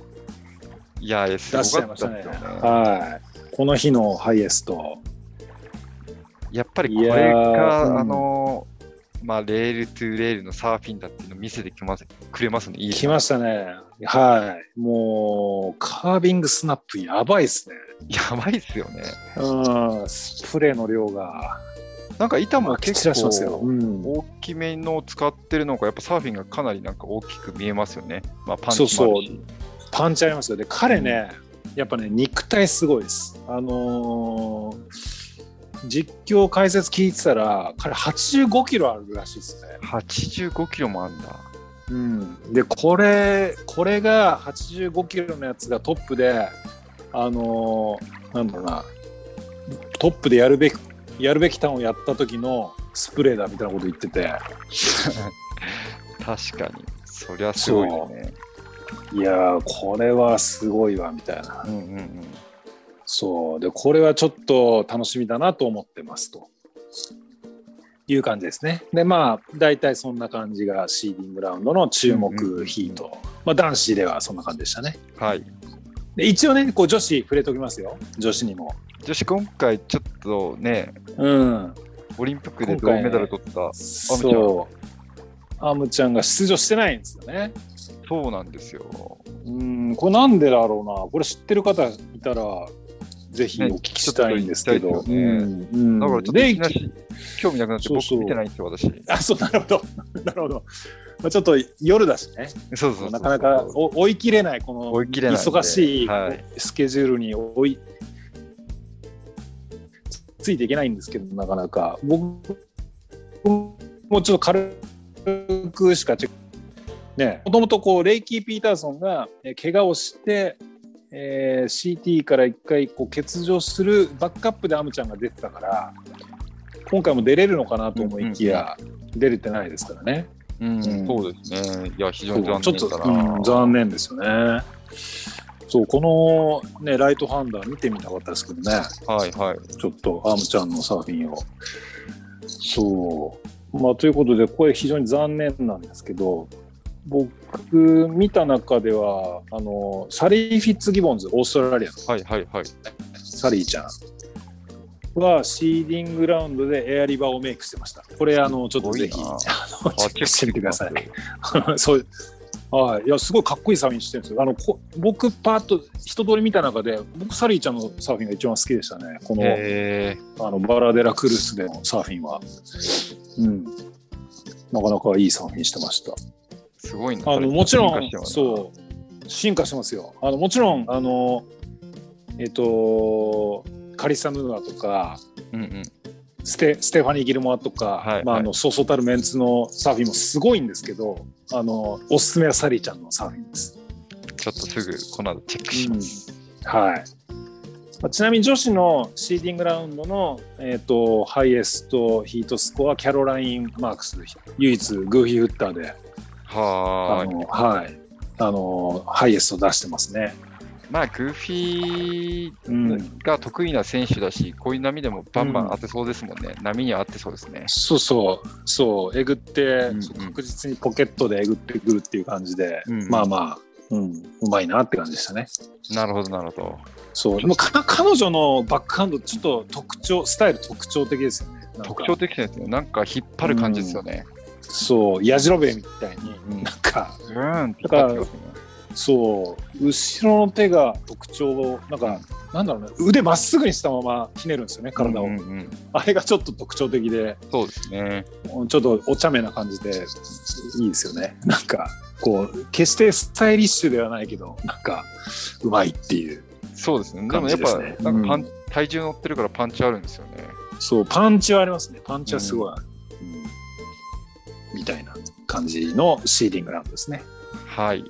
いやー、す
出しちゃい
ごか
ま
っ
した
で
たね
すよね。
はいこの日のハイエスト
やっぱりこ
いや
れ
ーうん
が、あのー、まあ、レールトゥーレールのサーフィンだっていうのを見せてきますくれますね。いい
来ましたね。はい。もう、カービングスナップやばいですね。
やばいっすよね。
うん、スプレーの量が。
なんか板も結
散らしてますよ。
構
うん
大きめのを使ってるのが、やっぱサーフィンがかなりなんか大きく見えますよね。まあ、パンチもあるし
そうそうパンチありますよ。で、彼ね、やっぱね、肉体すごいです。あのー実況解説聞いてたら、彼85キロあるらしいですね。
85キロもあんだ。
うん。で、これ、これが85キロのやつがトップで、あのーなんだろうな、トップでやるべき、やるべきターンをやった時のスプレーだみたいなこと言ってて、
確かに。そりゃすごいよね。
いやー、これはすごいわみたいな。
うんうんうん。
そう。で、これはちょっと楽しみだなと思ってますと。いう感じですね。で、まあ、大体そんな感じがシーディングラウンドの注目ヒート。まあ、男子ではそんな感じでしたね。
はい。
で、一応ね、こう女子触れておきますよ。女子にも。
女子、今回ちょっとね、
うん。
オリンピックで
今
銅
回ね
メダル取った、
そう。アムちゃんが出場してないんですよね。
そうなんですよ。
うん、これなんでだろうな。これ知ってる方いたら、ぜひお
ね
聞きしたいんですけ
ちょ
ど。
っと言いたいですよ
うんうん
だからちょっと
で
いきなり興味なくなって、
そうそう
僕見てないんですよ、私。
あ、そう、なるほど。 なるほど。まあ、ちょっと夜だしね、
そうそうそうそう
なかなかお追い切れない、この
追い切れないんで
忙しい
はい
スケジュールに追い、ついていけないんですけど、なかなか。僕もうちょっと軽くしかチェックね、もともとこうレイキー・ピーターソンがえー怪我をして、えー CT から一回こう欠場するバックアップでアムちゃんが出てたから今回も出れるのかなと思いきや、出れてないですからね。
うん
うん
そうですね。いや、非常
そ
に
う
残
ちょっ
念
と
だな。
うん残念ですよね。そう、このね、ライトハンダー見てみたかったですけどね、
はいはい。
ちょっとアームちゃんのサーフィンを。そう。まあ、ということで、これ非常に残念なんですけど、僕見た中では、あの、サリー・フィッツ・ギボンズ、オーストラリアの
はいはいはい。
サリーちゃんはシーディングラウンドでエアリバーをメイクしてました。これ、あの、ちょっとぜひ、
すごいな
あの、
あ
チェックしてみてください
チ ェ。ックしてみてくだ
そうはい、いやすごいかっこいいサーフィンしてるんですよ。あのこ僕、パーッと一通り見た中で、僕、サリーちゃんのサーフィンが一番好きでしたね、この,、
さいえ
あのバラデラ・クルスでのサーフィンは。うん、なかなかいいサーフィンしてました。
ー、すごいな。
あのもちろ
進化してます
ん、
な
そう、進化してますよ。あのもちろん、あの、えっと、カリサ・ヌーアとか、
うんうん。
ステステファニー・ギルモアとか、
はいはい
まあ、あのそうそうたるメンツのサーフィンもすごいんですけどあのおすすめはサリーちゃんのサーフィンです。
ちょっとすぐ、この後チェックします。
はいまあちなみに女子のシーディングラウンドの、えー、とハイエストヒートスコアキャロライン・マークス唯一グーフィーフッターであ
はーい。
の、はい、あのハイエスト出してますね。
まあ、グーフィ
うん、
ーが得意な選手だし、こういう波でもバンバン
うん
当てそうですもんね。波には合ってそうですね。
そうそうそうえぐって、
うんうん
そう確実にポケットでえぐってくるっていう感じで、
うん
まあまあ、うん、うまいなって感じでしたね。
なるほど、なるほど。
そうでもか彼女のバックハンドちょっと特徴スタイル特徴的ですよねなんか
特徴的ですね。なんか引っ張る感じですよね。
そうやじろべえみたいに、
うん
なんか
うーんって引っ張ってますね。
そう後ろの手が特徴をなんかなんだろうね腕まっすぐにしたままひねるんですよね体を、
うんうんうん
あれがちょっと特徴的で
そうですね。
ちょっとお茶目な感じでいいですよねなんかこう決してスタイリッシュではないけどなんかうまいっていう
そうですね。で
感
も
じ
やっ
です
ぱ、
ね
なんかパン、
う
体重乗ってるからパンチあるんですよね。
そう、パンチはありますね。パンチはすごいある。うんみたいな感じのシーディングラウンドですね。
はい。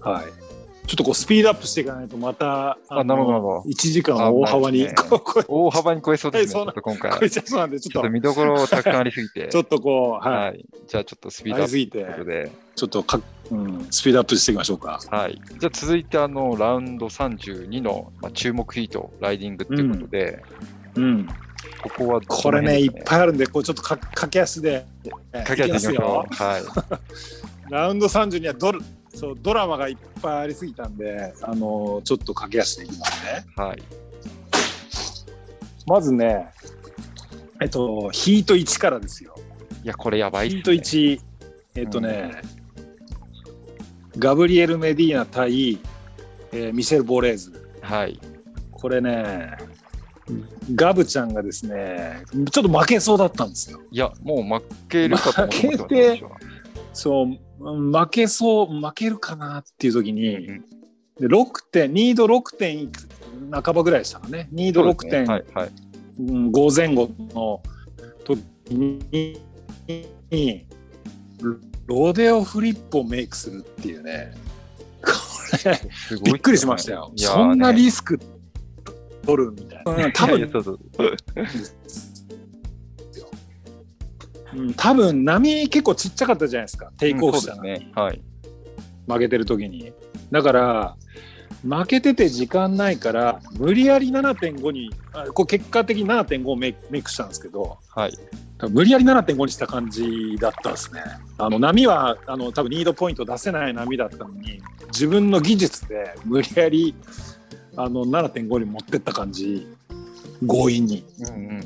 はい。ちょっとこうスピードアップしていかないとまた、
あ、なるほど、なるほど。
1時間を大幅に
あまあですね
こうこう
大幅に超えそうですね、ち
はい
ょっと今回。
超えちゃいそうなんで、ち
ちょ
ょ
っと
っと、
見どころたくさんありすぎ て。
ちょっとこう、は。
はいい。じゃあちょっとスピー
あ
ドアッ
り
プ
すぎ
と
て
いうこと、で。
ちょっとか、うん、スピードアップしていきましょうか。
はい。じゃあ続いて、あの、ラウンド32の、まあ、注目ヒート、ライディングっていうことで、
うん。
ここはどの
これ
辺
ね、い
です
っぱいあるんで、こうちょっとか駆け足で。
かけ合っていきましょ。
いう
はい。
すよラウンド30にはドル、そう、ドラマがいっぱいありすぎたんで、あの、ちょっと駆け足でいきますね。
はい。
まずね、えっと、ヒート1からですよ。
いや、これやばいっす
ヒ
ね
ート1、えっとね、ガブリエル・メディーナ対、えーミシェル・ボレーズ。
はい。
これね、ガブちゃんがですね、ちょっと負けそうだったんですよ。
いや、もう負けるかと思ってました
負け
私
て
は
そう、うん負けそう、負けるかなっていう時に、
うん
で6点、2度6点いく半ばぐらいでしたかね。2度6点、
はい、はい。
うん5前後の時にロデオフリップをメイクするっていうねこれ
すごい
びっくりしましたよ、
いやーね
そんなリスク取るみたいな、うん多
いやい
分
や、そうそう
うん多分波結構ちっちゃかったじゃないですかテイクオフした
う
ら、
んそうですね。はい。
負けてる時にだから負けてて時間ないから無理やり7.5にあこう結果的に7.5をメイクメイクしたんですけど、
はい。
多分無理やり7.5にした感じだったですね。あの波はあの多分ニードポイント出せない波だったのに自分の技術で無理やりあの7.5に持ってった感じ強引に
うんうん。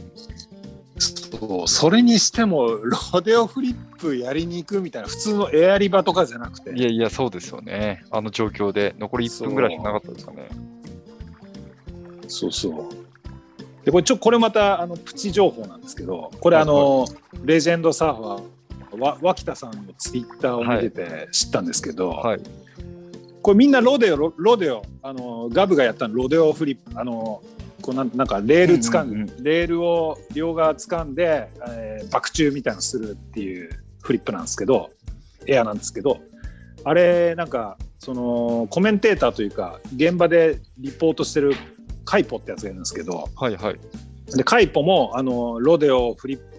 そうそれにしてもロデオフリップやりに行くみたいな普通のエアリバとかじゃなくて
いやいや、そうですよね。あの状況で、残り1分ぐらいしかなかったですかね。
そうそうでこれちょこれまたあのプチ情報なんですけどこれあの、レジェンドサーファーわ脇田さんのツイッターを見てて知ったんですけど、
はい。
これみんなロデオロロデオあのガブがやったのロデオフリップあのこうなんなんかレール掴んで、
うんうん
レールを両側掴んで、えー、バク宙みたいなのするっていうフリップなんですけどエアなんですけどあれなんかそのコメンテーターというか現場でリポートしてるカイポってやつがいるんですけど
はいはい。
でカイポもあのロデオをフリップ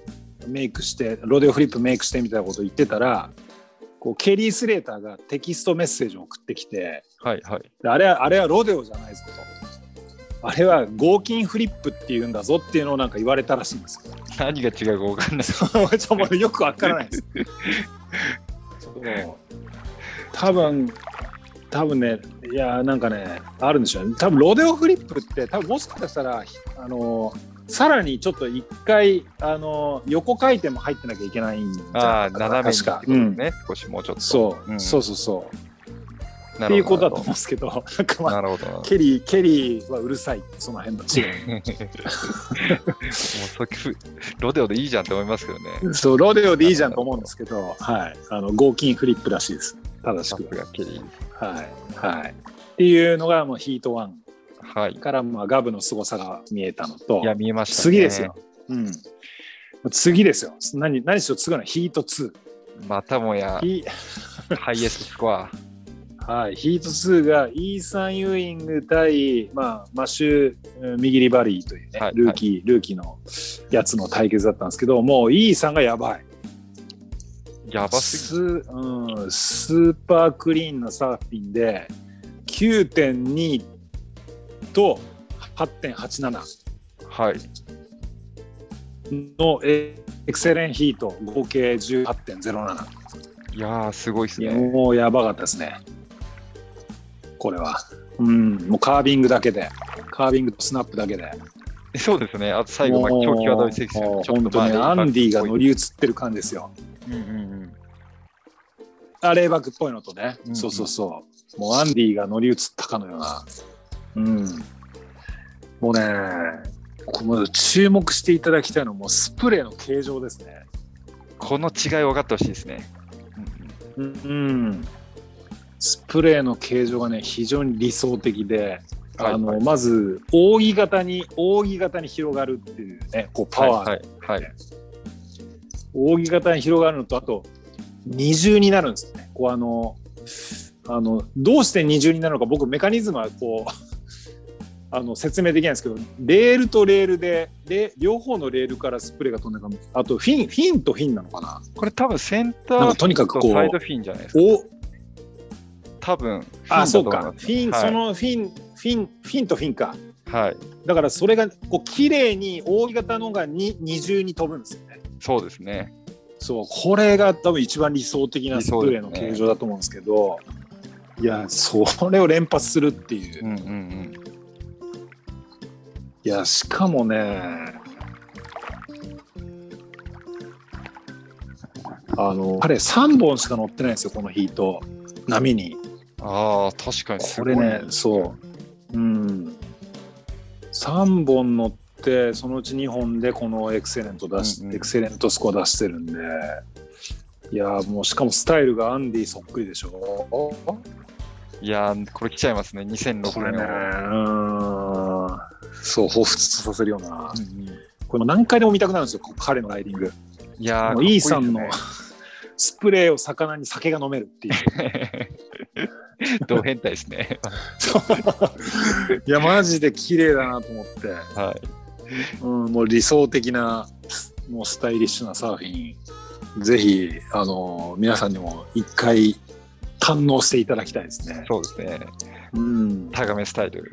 メイクしてロデオフリップメイクしてみたいなこと言ってたらこうケリー・スレーターがテキストメッセージを送ってきて
はいはい。
であれはあれはロデオじゃないぞとあれは合金フリップっていうんだぞっていうのをなんか言われたらしいんですよ
何が違うか分かんない。
ちょっとよくわからないです。ちょっともう多分多分ねいやなんかねあるんでしょうね多分ロデオフリップって多分もしかしたらあのさらにちょっと一回あの横回転も入ってなきゃいけないんじゃ
ああ、
なか
斜めに
確か、
ってこ
う
と
ん、
ね、少しもうちょっと。
そう、
うん
そうそうそう
な
ってい
る
うこ
ほ
とだ
ど
と思うんですけどなんかまあ
なる ほど。なるほど
ケリーケリーはうるさいその辺の違い
もうそきロデオでいいじゃんって思いますけどね。
そうロデオでいいじゃんと思うんですけど、はい、あの合金フリップらしいです正し
さ
く
す
は
がケリー。
はい。はい。っていうのがもうヒートワン
はい。
からまあガブの凄さが見えたのと
い、や、見えました、ね。
次ですよ。。うん。次ですよ。何、何しろ次のヒート2。
またもや、
ヒ
ハイエストスコア。
はい、ヒート2がイーサン・ユーイング対、まあ、マシュー・ミギリバリーというね、
はい
ルーキー、ルーキーのやつの対決だったんですけど、もうイーサンがやばい。
やばす
ス,、うん、スーパークリーンなサーフィンで9.2と8.87
ぎ。はい。
のエエクセレンヒート合計18.07
いやー、すごいです
いや
ね。
もうやばかったですねこれはうんもうカービングだけでカービングとスナップだけで
そうですね。あと最後、まあ、長期は大成績
もう
ちょっ
本
とま
当
あ
にアンディが乗り移ってる感じですよ
うんうんうん。
あレイバックっぽいのとね、
うんうん
そうそうそうもうアンディが乗り移ったかのようなうんもうねこの注目していただきたいのはもうスプレーの形状ですね
この違い分かってほしいですね。
うんスプレーの形状がね非常に理想的で、
はい
あの
はい
まず扇形に扇形に広がるっていうねこうパワー、
はいはい、はい。
扇形に広がるのとあと二重になるんですよねこうあのあのどうして二重になるのか僕メカニズムはこう あの説明できないんですけどレールとレールでで両方のレールからスプレーが飛んでるかあとフィンフィンとフィンなのかな
これ多分センタ
なんか
ー
とにかく
と
こう
サイドフィンじゃないですか。
お
多分。
あそう
フィンだと思いま
かフィン、
はい
そのフィンフィンフィンとフィンか
す。はい。
だからそれがこう綺麗に扇形のがに二重に飛ぶんですよね
そうですね。
そうこれが多分一番理想的なスプレーの形状だと思うんですけどいやそれを連発するっていう、
うんうんうん。
いやしかもねあの彼3本しか乗ってないんですよこのヒート波に
ああ、確かにす
こ
ごい。
れねそううん3本乗ってそのうち2本でこのエクセレント出し、
うんうん
エクセレントスコア出してるんでいやもうしかもスタイルがアンディそっくりでしょ
いやー、これ来ちゃいますね。
こ
2006
れ
年
ね
は。
うんそう彷彿とさせるような
うんうん
これも何回でも見たくなるんですよこう彼のライディング
いやー、
もう E さんの
かっこ
スプレーを魚に酒が飲め るっていう
いいですね 同変態ですね。
そういやマジで綺麗だなと思って
はい。
うん、もう理想的なもうスタイリッシュなサーフィンぜひあの皆さんにも一回堪能していただきたいですね。
そうですね。
うん、
高めスタイル。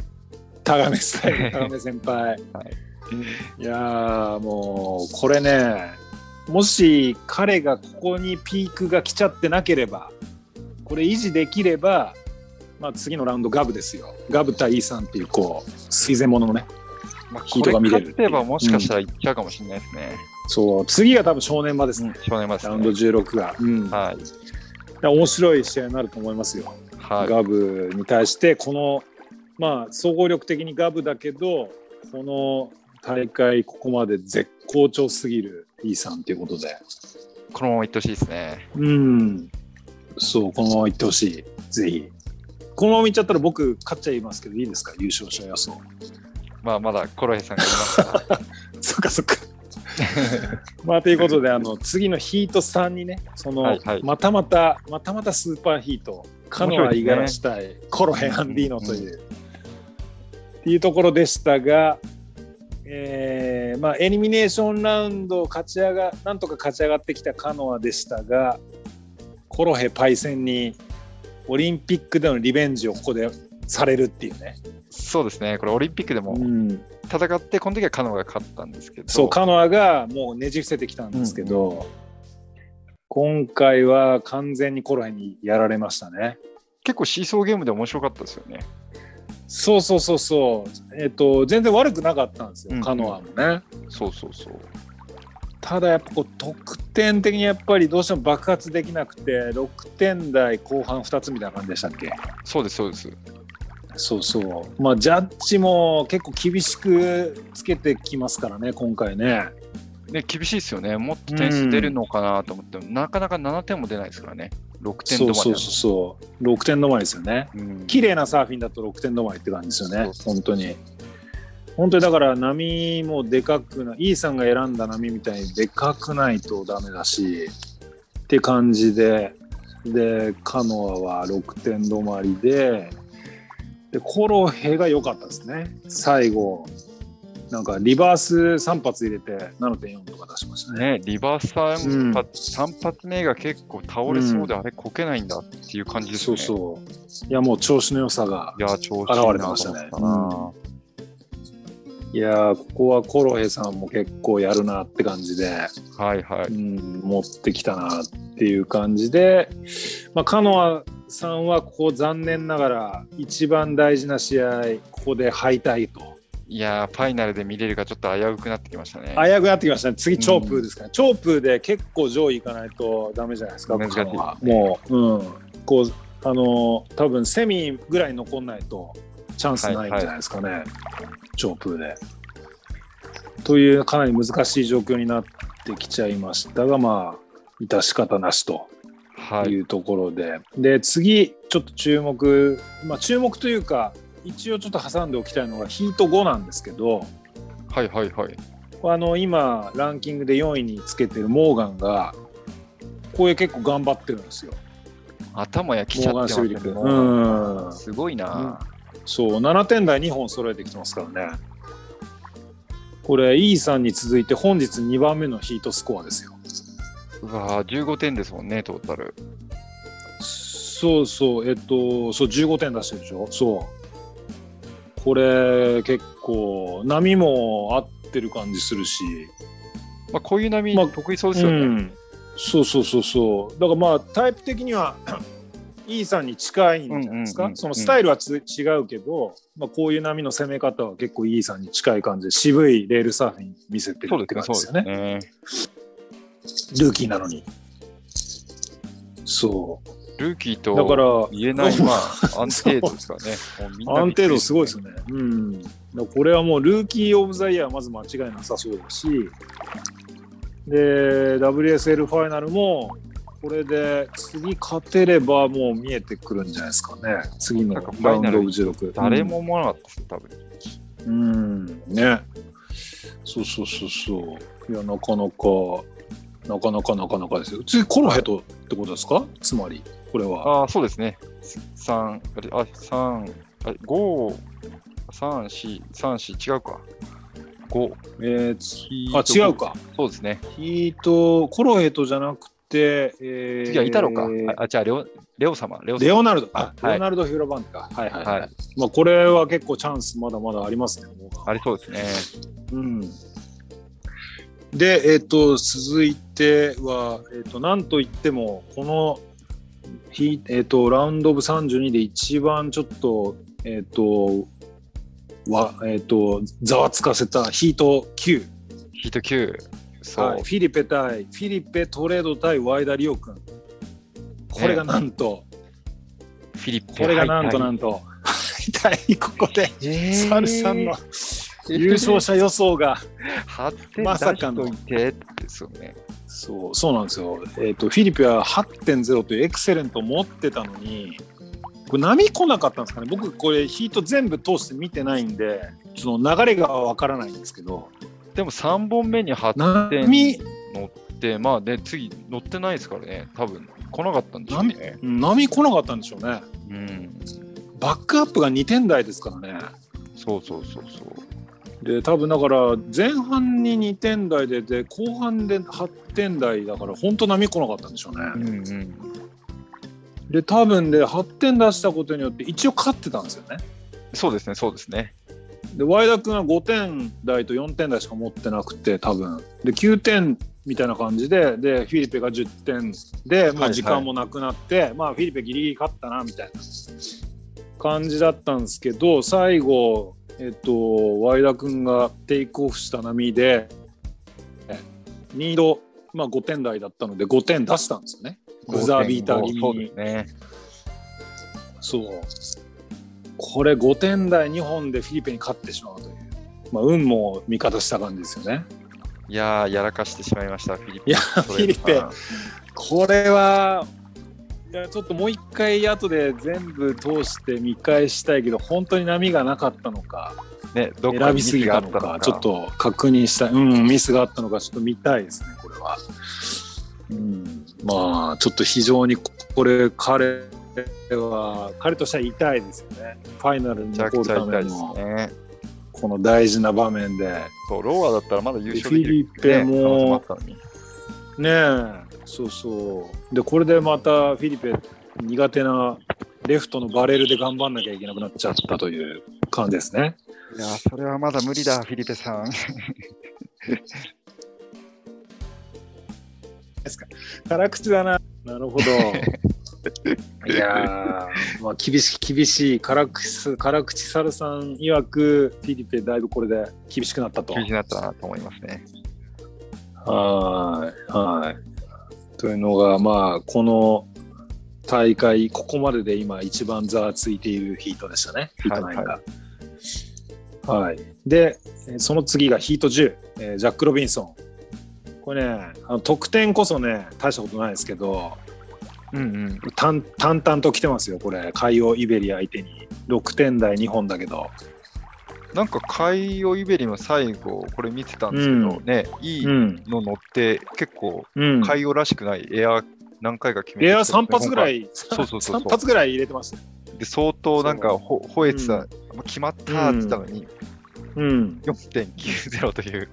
田亀スタイル田亀先輩。いやーもうこれねもし彼がここにピークが来ちゃってなければこれ維持できれば、まあ、次のラウンドガブですよガブ対イーサンっていうこう水前物のね
まあ、
ヒー
こ
ト
れ
が見れる
勝てばもしかしたらいっちゃうかもしれないですね。
そう次が多分正念場ですね、
少年まで
ラ
で
ウ
す
ンド
ね。
16が。うん
はい。
いや面白い試合になると思いますよ、
はい。
ガブに対してこの、まあ、総合力的にガブだけどこの大会ここまで絶好調すぎるイーサンということで
このままいってほしいですね。
うんそうこのままいってほしいぜひこのままいっちゃったら僕勝っちゃいますけどいいですか優勝者予想
まあ、まだコロヘさんがいます から。
そっかそっかまあということであの次のヒート3にねその、
はいはい
またまたまたまたスーパーヒートカノア・イガラシ対、コロヘ・アンディーノという、っていうところでしたが、ええーまあ、エリミネーションラウンドを勝ち上がなんとか勝ち上がってきたカノアでしたがコロヘパイセンにオリンピックでのリベンジをここでされるっていうね、
そうですね、これオリンピックでも
うん、
戦って、この時はカノアが勝ったんですけど、
そうカノアがもうねじ伏せてきたんですけど、今回は完全にコロヘにやられましたね。
結構シーソーゲームで面白かったですよね。
そうそうそうそう、えっと全然悪くなかったんですよ、
うん
カノアもね。
そうそうそう。
ただやっぱこう得点的にやっぱりどうしても爆発できなくて6点台後半2つみたいな感じでしたっけ
そうです、そうです。
そうそうまあジャッジも結構厳しくつけてきますからね今回ね
ね、厳しいですよね。もっと点数出るのかなと思っても、なかなか7点も出ないですからね。6点止まりなんで
そうそうそうそう6点止まりですよね
うん
綺麗なサーフィンだと6点止まりって感じですよね
そうそう
本当に本当にだから波もでかくない E さんが選んだ波みたいにでかくないとダメだしって感じででカノアは6点止まりででコロヘが良かったですね最後なんかリバース3発入れて7.4とか出しましたね
ね、リバーサー
う
も
ん
3発目が結構倒れそうで、あれこけないんだっていう感じです
そ
ね。
うそういやもう調子の良さが
いや、調子いい
現れて
な
まし
と
た
思
ね
ったな。
いやーここはコロヘさんも結構やるなって感じで、
はいは
う
い。
ん、持ってきたなっていう感じで、まあ、カノアさんはここ残念ながら一番大事な試合ここで敗退と
いやー、ファイナルで見れるかちょっと危うくなってきましたね。
危うくなってきましたね次チョープーですかね、チョープーで結構上位いかないとダメじゃないですか
難しい
カノアもう、うん、こうあのー多分セミぐらい残んないとチャンスないんじゃないですかね、チョープーで。というかなり難しい状況になってきちゃいましたがまあ致し方なしと
はいい。
うところで、で次ちょっと注目まあ注目というか一応ちょっと挟んでおきたいのがヒート5なんですけど
はいはいはい。
あの今ランキングで4位につけてるモーガンがこういう結構頑張ってるんですよ
頭やき
モ
ちゃって
ーガ
ま
ン・シ
す
ュウ
ね
リ君
もう
うん
すごいな。
そう7点台2本揃えてきてますからねこれ E さんに続いて本日2番目のヒートスコアですよ
うわー、15点ですもんね、トータル。
そうそう、えっと、そう、15点出してるでしょ、そう。これ、結構、波も合ってる感じするし、
まあ、こういう波
まあ、
得意そうですよね。
ん、そうそうそうそう、だからまあ、タイプ的には、E さんに近いんじゃないですか、
うんうんうんうん
そのスタイルはつ違うけど、まあ、こういう波の攻め方は結構 E さんに近い感じで、渋いレールサーフィン見せて
そ
る
う
って
で
感
す
じ
ね、
です
そ
よ
う
ね
で。すね。
ルーキーなのに。そう。
ルーキー
だ
と
から、
言えない、
そう
ま あ、安定度ですからね。もうみんな
ある
びっくり
程度すごいですよね。うん。だからこれはもうルーキー・オブ・ザ・イヤーはまず間違いなさそうだし、で、WSL ファイナルも、これで次勝てればもう見えてくるんじゃないですかね。次の
なんかファ
ラウ
イ
ン
ナル
ド・オブ・16。
誰も思わなかったです、多分。
うん。うん。ね。そうそうそうそう。いや、なかなか、なかなかなかなかですよ。次、コロヘトってことですかつまり、これは。
ああ、そうですね。三あれ、あ、三あ、五三四三四違うか。五
えー
ヒ
あ、
ート
違うか。
そうですね。
ヒート、コロヘトじゃなくて、えー
次はイタロか。あ、じゃあ、レオ、レオ様。レオ様。
レオナルド、
あ
あ
はい
レオナルド・ヒューラバンか。はいはい、はい
はい
まあ、これは結構チャンスまだまだありますね。もう
ありそうですね。
うん、で、えっと続いては、えっとなんといってもこのひ、えっとラウンド・オブ32で一番ちょっと,、えっとわえっとざわつかせたヒート9。
ヒート九。そう。
はい、フィリペ対フィリペトレード対ワイダリオ君これがなんと、
フィリップ。
これがなんとなんんと敗退ここで
え
サルさんの優勝者予想が
ま
ま
さ
さ
か
か
の
の
いてですよね。
そうそうなんですよ、えっとフィリペは8.0というエクセレントを持ってたのにこれ波来なかったんですかね僕これヒート全部通して見てないんでちょっと流れがわからないんですけど
でも三本目に8
波
点乗って、まあね、次乗ってないですからね。多分来なかったんでしょうね。
波来なかったんでしょうね
うん。
バックアップが2点台ですからね
そうそうそうそう。
で多分だから前半に2点台でで後半で8点台だから本当波来なかったんでしょうね。
うんうん。
で多分で8点出したことによって一応勝ってたんですよね。
そうですね、そうですね。
でワイダ君は5点台と4点台しか持ってなくて多分で9点みたいな感じででフィリペが10点で、
はい
ま
は
あ、
い
時間もなくなって、まあ、フィリペギリギリ勝ったなみたいな感じだったんですけど最後、えっと、ワイダ君がテイクオフした波で2度、まあ、5点台だったので5点出したんですよね。ブザービーター気味に
そうですね。
そう。これ5点台2本でフィリペに勝ってしまうという。まあ、運も味方した感じですよね。
いやー、やらかしてしまいました、フィリピン。
いや
フ
フィリピンこれは、いや、ちょっともう一回後で全部通して見返したいけど、本当に波がなかったのか、
ね、どっかに
選
ミ
びす
ス
ぎ
があ
た
っ
の
たの
か
か、、
ちょっと確認したい。うん、ミスがあったのか、ちょっと見たいですね、これは。うん、まあ、ちょっと非常にこれ、彼は、彼としては痛いですよね。ファイナルに
めちゃ
残
く
る
ちゃ
た
痛
め
いです
の、
ね。
この大事な場面で。
そう、ローアだったらまだ優勝
フ
で
ィ
きる、
リペも
可能性もあったのに。
ねえそうそうでこれでまたフィリペ苦手なレフトのバレルで頑張んなきゃいけなくなっちゃったという感じですね
いやー、それはまだ無理だ、フィリペさん。
辛口だななるほ どいやー、まあ、厳しい厳しい辛口辛口サルさん曰くフィリペだいぶこれで厳しくなった と
気になったなと思いますね。
はいはい。というのが、まあ、この大会、ここまでで今、一番ざわついているヒートでしたね、ヒート9が。はい、で、えーその次がヒート10、えージャック・ロビンソン。これね、あの得点こそね、大したことないですけど、
うんうん。
淡淡々と来てますよ、これ、海洋イベリア相手に。6点台2本だけど。
なんか、カイオ・イベリも最後、これ見てたんですけど、
う
ね、いい
うん。
の乗って、結構、
うん。
カイオらしくないエア何回か決めて
エ
き
ア
て
3発ぐら
今
い、
そうそうそう
3発ぐらい入れてました。
回で相当なんか
そ
ほ吠えてた、まあ決まったーって言ったのに、
うん。
4.90と いう。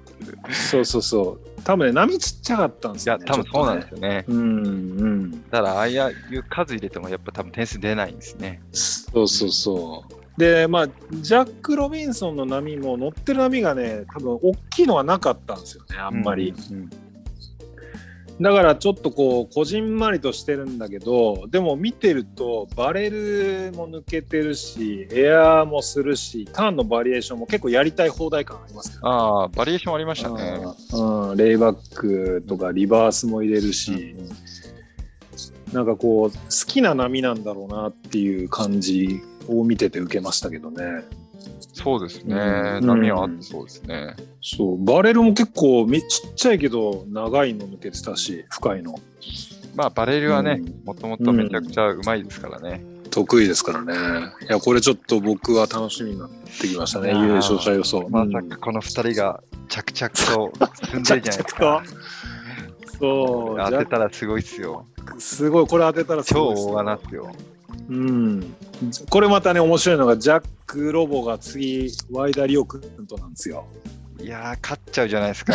そうそうそう。多分ね、波ちっちゃかったんで
い
すよ、
や、
ね。
多分
ち
そ
ょ
う
っ
な
と
ん
ね
ですよね。
うんうん。
だから、ああいう数入れても、やっぱ多分点数出ないんですね。
そうそうそう。で、まあ、ジャック・ロビンソンの波も乗ってる波がね、多分大きいのはなかったんですよね、あんまり。
うん
だからちょっとこう、こじんまりとしてるんだけど、でも見てると、バレルも抜けてるし、エアーもするし、ターンのバリエーションも結構やりたい放題感ありますよね。
ああ、バリエーションありましたね。
うん、レイバックとかリバースも入れるし、なんかこう好きな波なんだろうなっていう感じを見てて受けましたけどね
そうですね。
うん
波はあってそうですね。
そうバレルも結構みちっちゃいけど長いの抜けてたし深いの
まあ、バレルはね、
うん
もともとめちゃくちゃうまいですからね。
得意ですからねいやこれちょっと僕は楽しみになってきましたね
いやー
優勝者予想
ま
うん
さかこの2人が着々と進んでるじゃないです
着々
か。
そう
当
ジャ
てたらすごいっすよ。
ックすごいこれ当てたらす
超
ごいですよ
大穴っすよ。
うん、これまたね面白いのがジャック・ロボが次ワイダ・リオ君となんですよ。
いやー、勝っちゃうじゃないですか。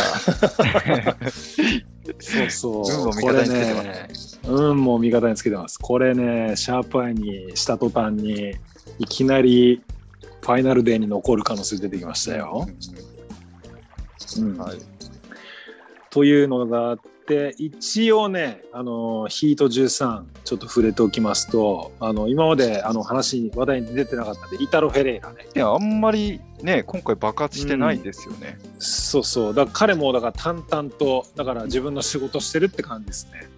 そう そう。
運を味
こ
方につ
れ
けてます
ね
ね。
運も味方につけてます。これねシャープアイにした途端にいきなりファイナルデーに残る可能性出てきましたよ。うん
はい
というのがあって一応ねあのヒート13ちょっと触れておきますとあの今まであの話に話題に出てなかったんでイタロ・フェレイラね
いや、あんまりね、今回爆発してないですよね。
そうそうだから彼もだから淡々とだから自分の仕事してるって感じですね。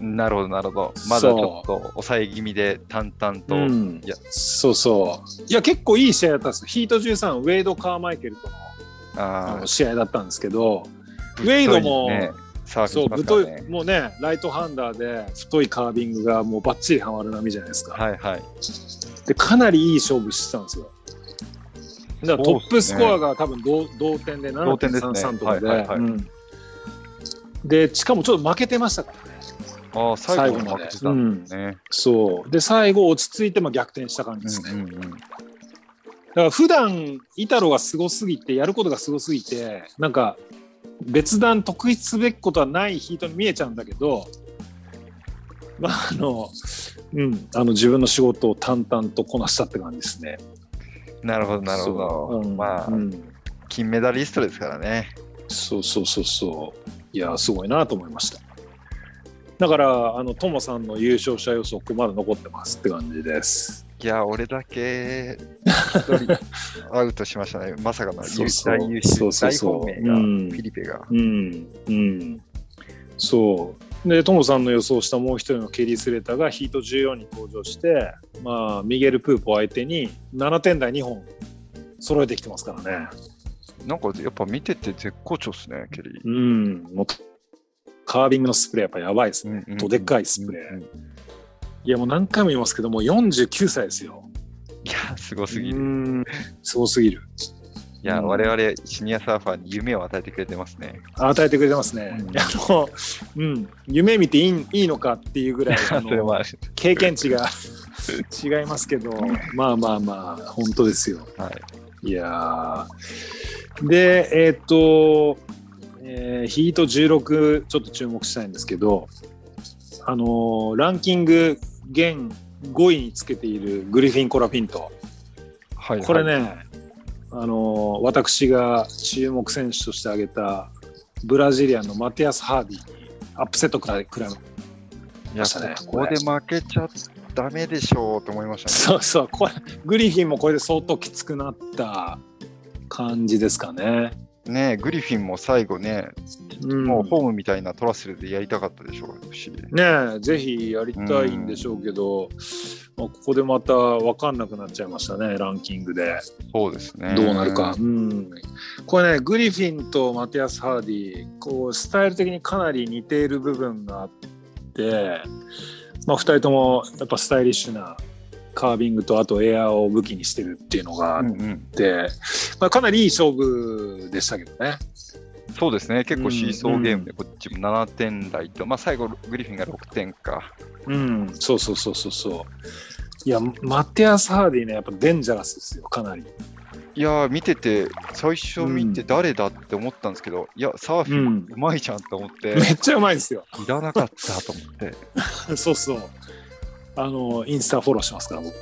なるほど、なるほど。まだちょっと抑え気味で淡々と。
ん
いや
そうそういや結構いい試合だったんですヒート13ウェイド・カーマイケルとのあ
あ
の
ー
試合だったんですけど、
ぶっとい
ウェイドも
ね、サーフィ
そ
ン
う
しますか
ぶと
ら
い
ね。
もうねライトハンダーで太いカービングがもうバッチリはまる波じゃないですか、
はいはい。
でかなりいい勝負してたんですよだからトップスコア
が。
が多分同同点で
同点ですね
7.33とかで
はいはいはい
うんでしかもちょっと負けてましたからね
ああ、最後
最後
ま
ま
で
で
負けてたんですね。
そうで最後落ち着いてまあ逆転した感じ
う
ですね、
んうんうん
から普段イタロがすごすぎてやることがすごすぎてなんか別段特筆すべきことはないヒートに見えちゃうんだけどまああのうんあの自分の仕事を淡々とこなしたって感じですね。
なるほど、なるほど。
そううん
まあ
う、ん
金メダリストですからね。
そうそうそうそういやすごいなと思いました。だからあのトモさんの優勝者予測まだ残ってますって感じです。
いや、俺だけ一 人アウトしましたね。まさかの優
そうそう
大優秀
そうそう
大
そう
本命が、
うん
フィリペが。
うん、うん、そう。で、トモさんの予想したもう一人のケリー・スレターがヒート14に登場して、まあ、ミゲル・プープを相手に7点台2本揃えてきてますからね。
なんかやっぱ見てて絶好調ですね、ケリー。
うん、もうカービングのスプレー、やっぱやばいですね。
うんうん
どでかいスプレー。いや、もう何回も言いますけど、もう49歳ですよ。
いや、すごすぎ
う
る。
ん、すごすぎる。
いや、
うん
我々シニアサーファーに夢を与えてくれてますね。
与えてくれてますね。
うん
いや あの、うん、夢見ていいいいのかっていうぐらい、あ
それ
の
は、
経験 値が違いますけど、まあまあまあ、本当ですよ。
はい。
いやーで、えーっと、えーヒート16、ちょっと注目したいんですけど、あのーランキング現5位につけているグリフィン・コラフィント。
はい、はい
これ。ね、あのー私が注目選手として挙げたブラジリアンのマティアス・ハービーにアップセットくらい食らう
いや、ここで負けちゃダメでしょうと思いましたね。
そうそう、これ、グリフィンもこれで相当きつくなった感じですかね。
ねえグリフィンも最後ね、
うん
もうホームみたいなトラッセルでやりたかったでしょうし、
ねえ、ぜひやりたいんでしょうけど、まあ、ここでまた分かんなくなっちゃいましたね、ランキングで。
そうですね。
どうなるか。うん、これね、グリフィンとマティアス・ハーディ、こう、スタイル的にかなり似ている部分があって、まあ、2人ともやっぱスタイリッシュなカービングと、あとエアーを武器にしてるっていうのがあ
う
っ
んうん、
て、まあ、かなりいい勝負でしたけどね。
そうですね、結構シーソーゲームでこっちも7点台と、まあ、最後、グリフィンが6点か。
うん、そうそうそうそうそう。いや、マティアス・ハーディね、やっぱデンジャラスですよ、かなり。
いやー、見てて、最初見て
うん
誰だって思ったんですけど、いや、サーフィンうまいじゃんと思って、
めっちゃうまいですよ。
いらなかったと思って、
そうそう。あの、インスタフォローしますから、僕。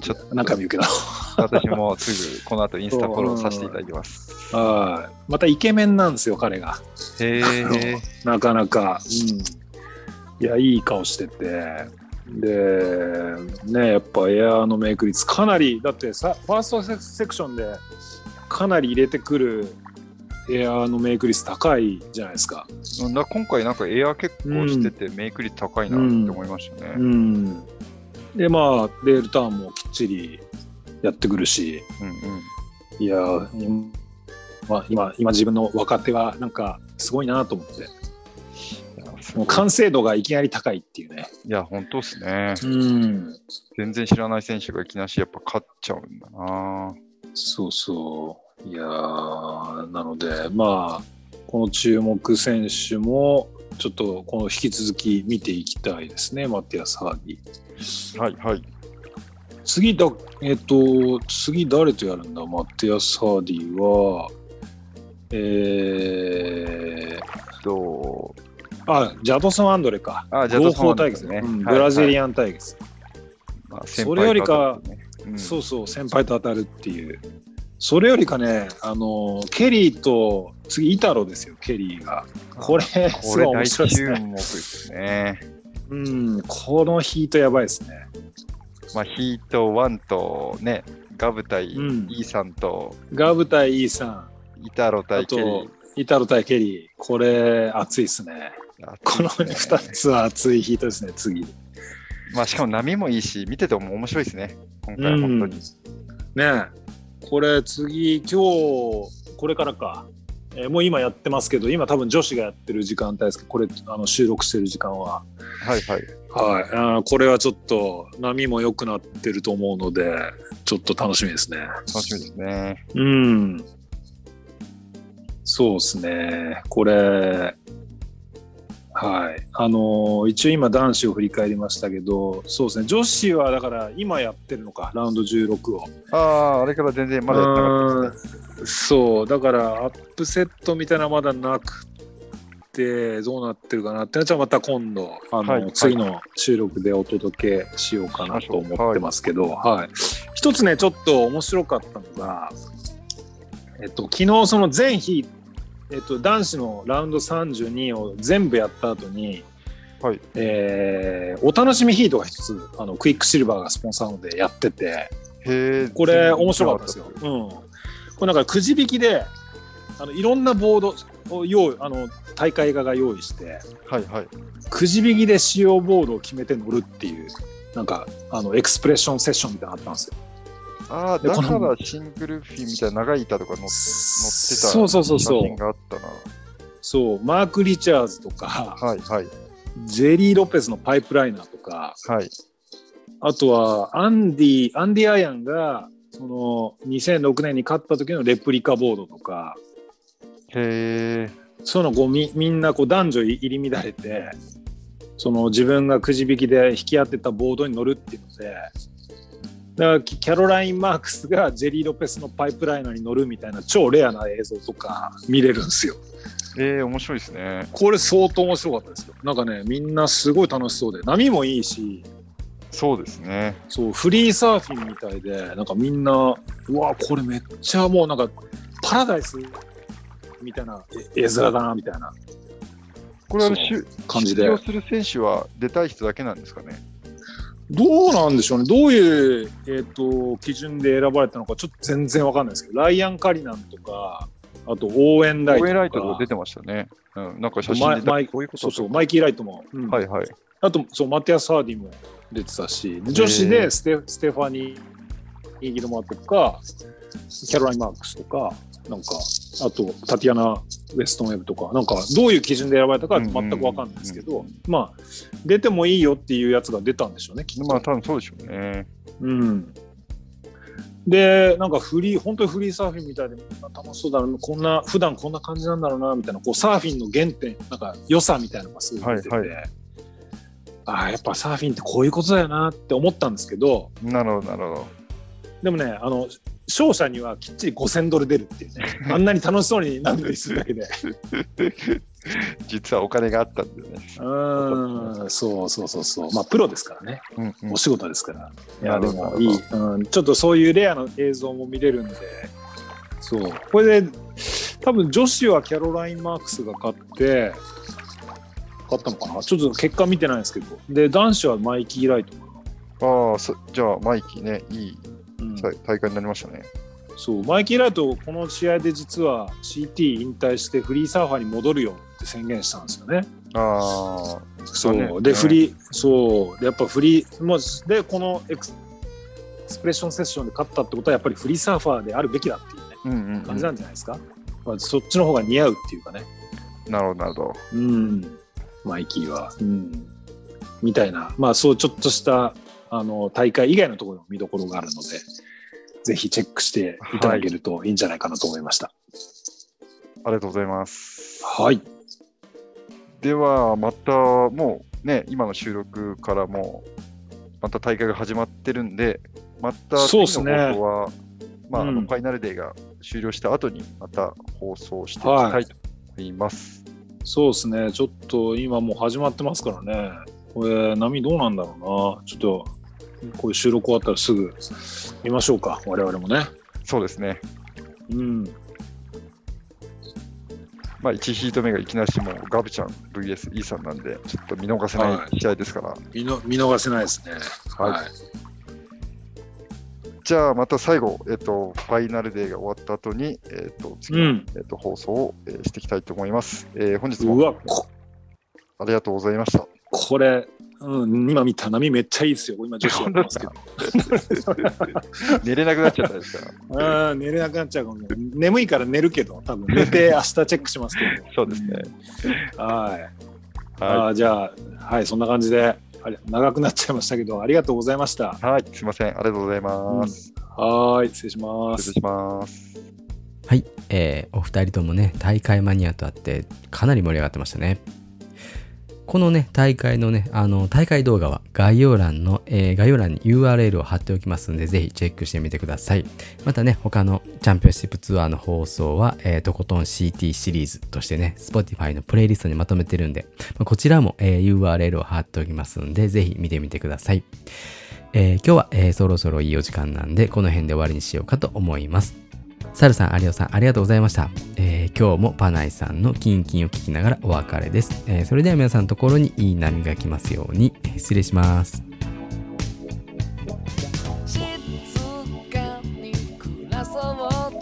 ちょっと
中身受けど。
私もすぐこの後インスタフォローさせていただきます。
はい。またイケメンなんですよ、彼が。
へえ、
なかなか。うん。いや、いい顔してて。で、ね、やっぱエアーのメイク率、かなり、だってさ、ファーストセクションで、かなり入れてくるエアーのメイク率高いじゃないですか。
な今回、なんかエア結構してて、メイク率高いなって思いましたね。
うん。で、まあ、レールターンもきっちりやってくるし。
うんうん
いやー、今、まあ今、今自分の若手はなんかすごいなと思って、
いやす
も
ご
う
い
完成度がいきなり高いっていうね。
いや、本当っすね。
うん。
全然知らない選手がいきなし、やっぱ勝っちゃうんだな。
そうそう。いやーなので、まあ、この注目選手も、ちょっとこの引き続き見ていきたいですね、マティアス・ハーディ。
はいはい。
次だ、えっ、と、次誰とやるんだマティアス・ハーディは、えー、
どう
あ、ジャドソン・アンドレか。
あジャド
合
ソンア
法
ンドレ
対
ね
決ね。うん
はい
ブラジリアン対決。
まあ、
それよりか
先輩と当たってね、うん
そうそう、先輩と当たるっていう。それよりかね、あの、ケリーと、次、イタロですよ、ケリーが。これ、す
こ
ごい
れ
面
大
白いです
注
ね。
目ですね。
うん、このヒートやばいですね。
まあ、ヒート1とね、ガブ対イ
うん
ーさんと
ガブ対イーさ
イタロ
ん、あ
対ケリ
と
ー。、
イタロ対ケリー。これ、熱いですね。この
熱いっすね
2つは熱いヒートですね、次。
まあ、しかも波もいいし、見てても面白いですね。今回本当に。
ねえこれ次今日これからか、えーもう今やってますけど今多分女子がやってる時間帯ですけどこれあの収録してる時間は
はいはい。
はいあーこれはちょっと波も良くなってると思うのでちょっと楽しみですね
楽しみですね。
うんそうですねこれはい、あのー一応今男子を振り返りましたけどそうですね女子はだから今やってるのかラウンド16を
ああ、あれから全然まだやってなかったですね。
そうだからアップセットみたいなのまだなくてどうなってるかなってのはじゃあまた今度あの、
はい
次の収録でお届けしようかなと思ってますけど、はい一つねちょっと面白かったのが、えっと、昨日その全日、えっと、男子のラウンド32を全部やった後に、
はい
えーお楽しみヒートが一つあのクイックシルバーがスポンサーなのでやってて。
へえ。
これ面白かったですよ。うん、これなんかくじ引きであのいろんなボードを用意あの大会側が用意して
はいはい。
くじ引きで使用ボードを決めて乗るっていうなんかあのエクスプレッションセッションみたいなのあったんですよ。
ああ、
で
だ
こ
か
の
らシングルフィーみたいな長い板とか乗って乗ってた
そうそうそう
写
そ
真
う
があったな。
そうマーク・リチャーズとか
はいはい
ジェリー・ロペスのパイプライナーとか
はい。
あとはアンディアンディ・アイアンがその2006年に勝った時のレプリカボードとか
へえ。
そういうのこうみみんなこう男女入り乱れてその自分がくじ引きで引き合ってたボードに乗るっていうのでだからキキャロライン・マークスがジェリー・ロペスのパイプライナーに乗るみたいな超レアな映像とか見れるんですよ。
ええ、面白いですね。
これ相当面白かったですよ。なんかねみんなすごい楽しそうで波もいいし
そうですね。
そうフリーサーフィンみたいでなんかみんなうわこれめっちゃもうなんかパラダイスみたいな絵絵面だなみたいな
これは
そう
出
感じで
出場する選手は出たい人だけなんですかね。
どうなんでしょうね、どういう、えー、と基準で選ばれたのか、ちょっと全然わかんないですけど、ライアン・カリナンとか、あとオーエン・ライ
応援ライ
ト
ト
と
が
か
出、てましたね。うん、なんか写
マイ
真で
マイ
こういうこと
そうそうマイキー・ライトも、うん
はいはい。
あとそうマティアス・ハーディも出てたし、女子でステステファニー・ギルマーとか、キャロライン・マークスとか、なんか、あとタティアナ・ウェストン・ウェブとか、なんか、どういう基準で選ばれたかは全くわかんないですけ
うんう
ど
んうん、
まあ、出てもいいよっていうやつが出たんでしょうね、きっと。
まあ多分そうでしょうね。
うん、でなんかフリー本当にフリーサーフィンみたいでみんな楽しそうだなこんな普段こんな感じなんだろうなみたいなこうサーフィンの原点なんか良さみたいなのがすごい出てて、
はい
ああやっぱサーフィンってこういうことだよなって思ったんですけど
なるほどなるほど。
でもねあの勝者にはきっちり5000ドル出るっていう ねあんなに楽しそうに何度にするだけで
実はお金があったんだよね。
うーんそうそうそうそうまあプロですからね
うんうん
お仕事ですから。い
な
や、
る
で
ほど
もいい、うん。ちょっとそういうレアな映像も見れるんで、そう。これで、多分女子はキャロライン・マークスが勝って、勝ったのかなちょっと結果見てないんですけど。で、男子はマイキー・ライトか
ああ、そじゃあマイキーね、いい
な。うん
さ大会になりましたね。
そう、マイキー・ライト、この試合で実は CT 引退してフリーサーファーに戻るよって宣言したんですよね。
あ
そう、
ね
で、
うん
フリー、そう、でやっぱフリー、もうで、このエクスエクスプレッションセッションで勝ったってことは、やっぱりフリーサーファーであるべきだっていうね。
あ、うんうん、う
感
ん。
じ
な
な
る
んじゃないですか、まあ、そっちの方が似合うっていうかね
ほどなるほど。
うんマイキーは、うん、みたいなまあそうちょっとしたあの大会以外のところにも見どころがあるのでぜひチェックしていただけるといいんじゃないかなと思いました
ありがとうございます。
はい
ではまたもうね、今の収録からもまた大会が始まってるんで、また
そうっすね
次の放送は、まあ、あ
う
のフ
ん
ァイナルデーが終了した後にまた放送していきたいと思います。
そうですねちょっと今もう始まってますからねこれ波どうなんだろうなちょっとこういう収録終わったらすぐ見ましょうか我々もね
そうですね。
うん
まあ、1ヒート目がいきなしもうガブちゃん VSE さんなんで、ちょっと見逃せな
はい
試合ですから。
見の見逃せないですね
はい
はい
じゃあまた最後、えっと、ファイナルデーが終わった後に、えっと、次
う
の、
ん
えっと、放送を、えーしていきたいと思います。えー本日
う
も
わこ
ありがとうございました。
これ、うん、今見た波めっちゃいいですよ。今女子やってますけど。
寝れなくなっちゃったですから。。
あー寝れなくなっちゃうかもね。眠いから寝るけど、多分寝て明日チェックしますけど
そうですね。
はい。あ
は
ーじゃあ、はい、そんな感じで、あれ長くなっちゃいましたけど、ありがとうございました。
い。はい。すいません。ありがとうございます。
はーい、失礼します
失礼。します。
はい、えーお二人ともね大会マニアとあってかなり盛り上がってましたねこのね、大会のね、あの、大会動画は概要欄の、えー概要欄に URL を貼っておきますので、ぜひチェックしてみてください。またね、他のチャンピオンシップツアーの放送は、えーとことん CT シリーズとしてね、Spotify のプレイリストにまとめてるんで、まあこちらも、えー URL を貼っておきますので、ぜひ見てみてください。えー今日は、えーそろそろいいお時間なんで、この辺で終わりにしようかと思います。サルさん、アリオさん、ありがとうございました。えー今日もパナイさんのキンキンを聞きながらお別れです。えーそれでは皆さんのところにいい波が来ますように。えー失礼します。
静かに暮らそう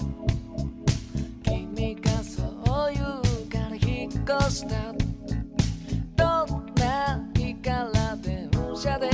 君がそう言うから引っ越したどんな日から電車で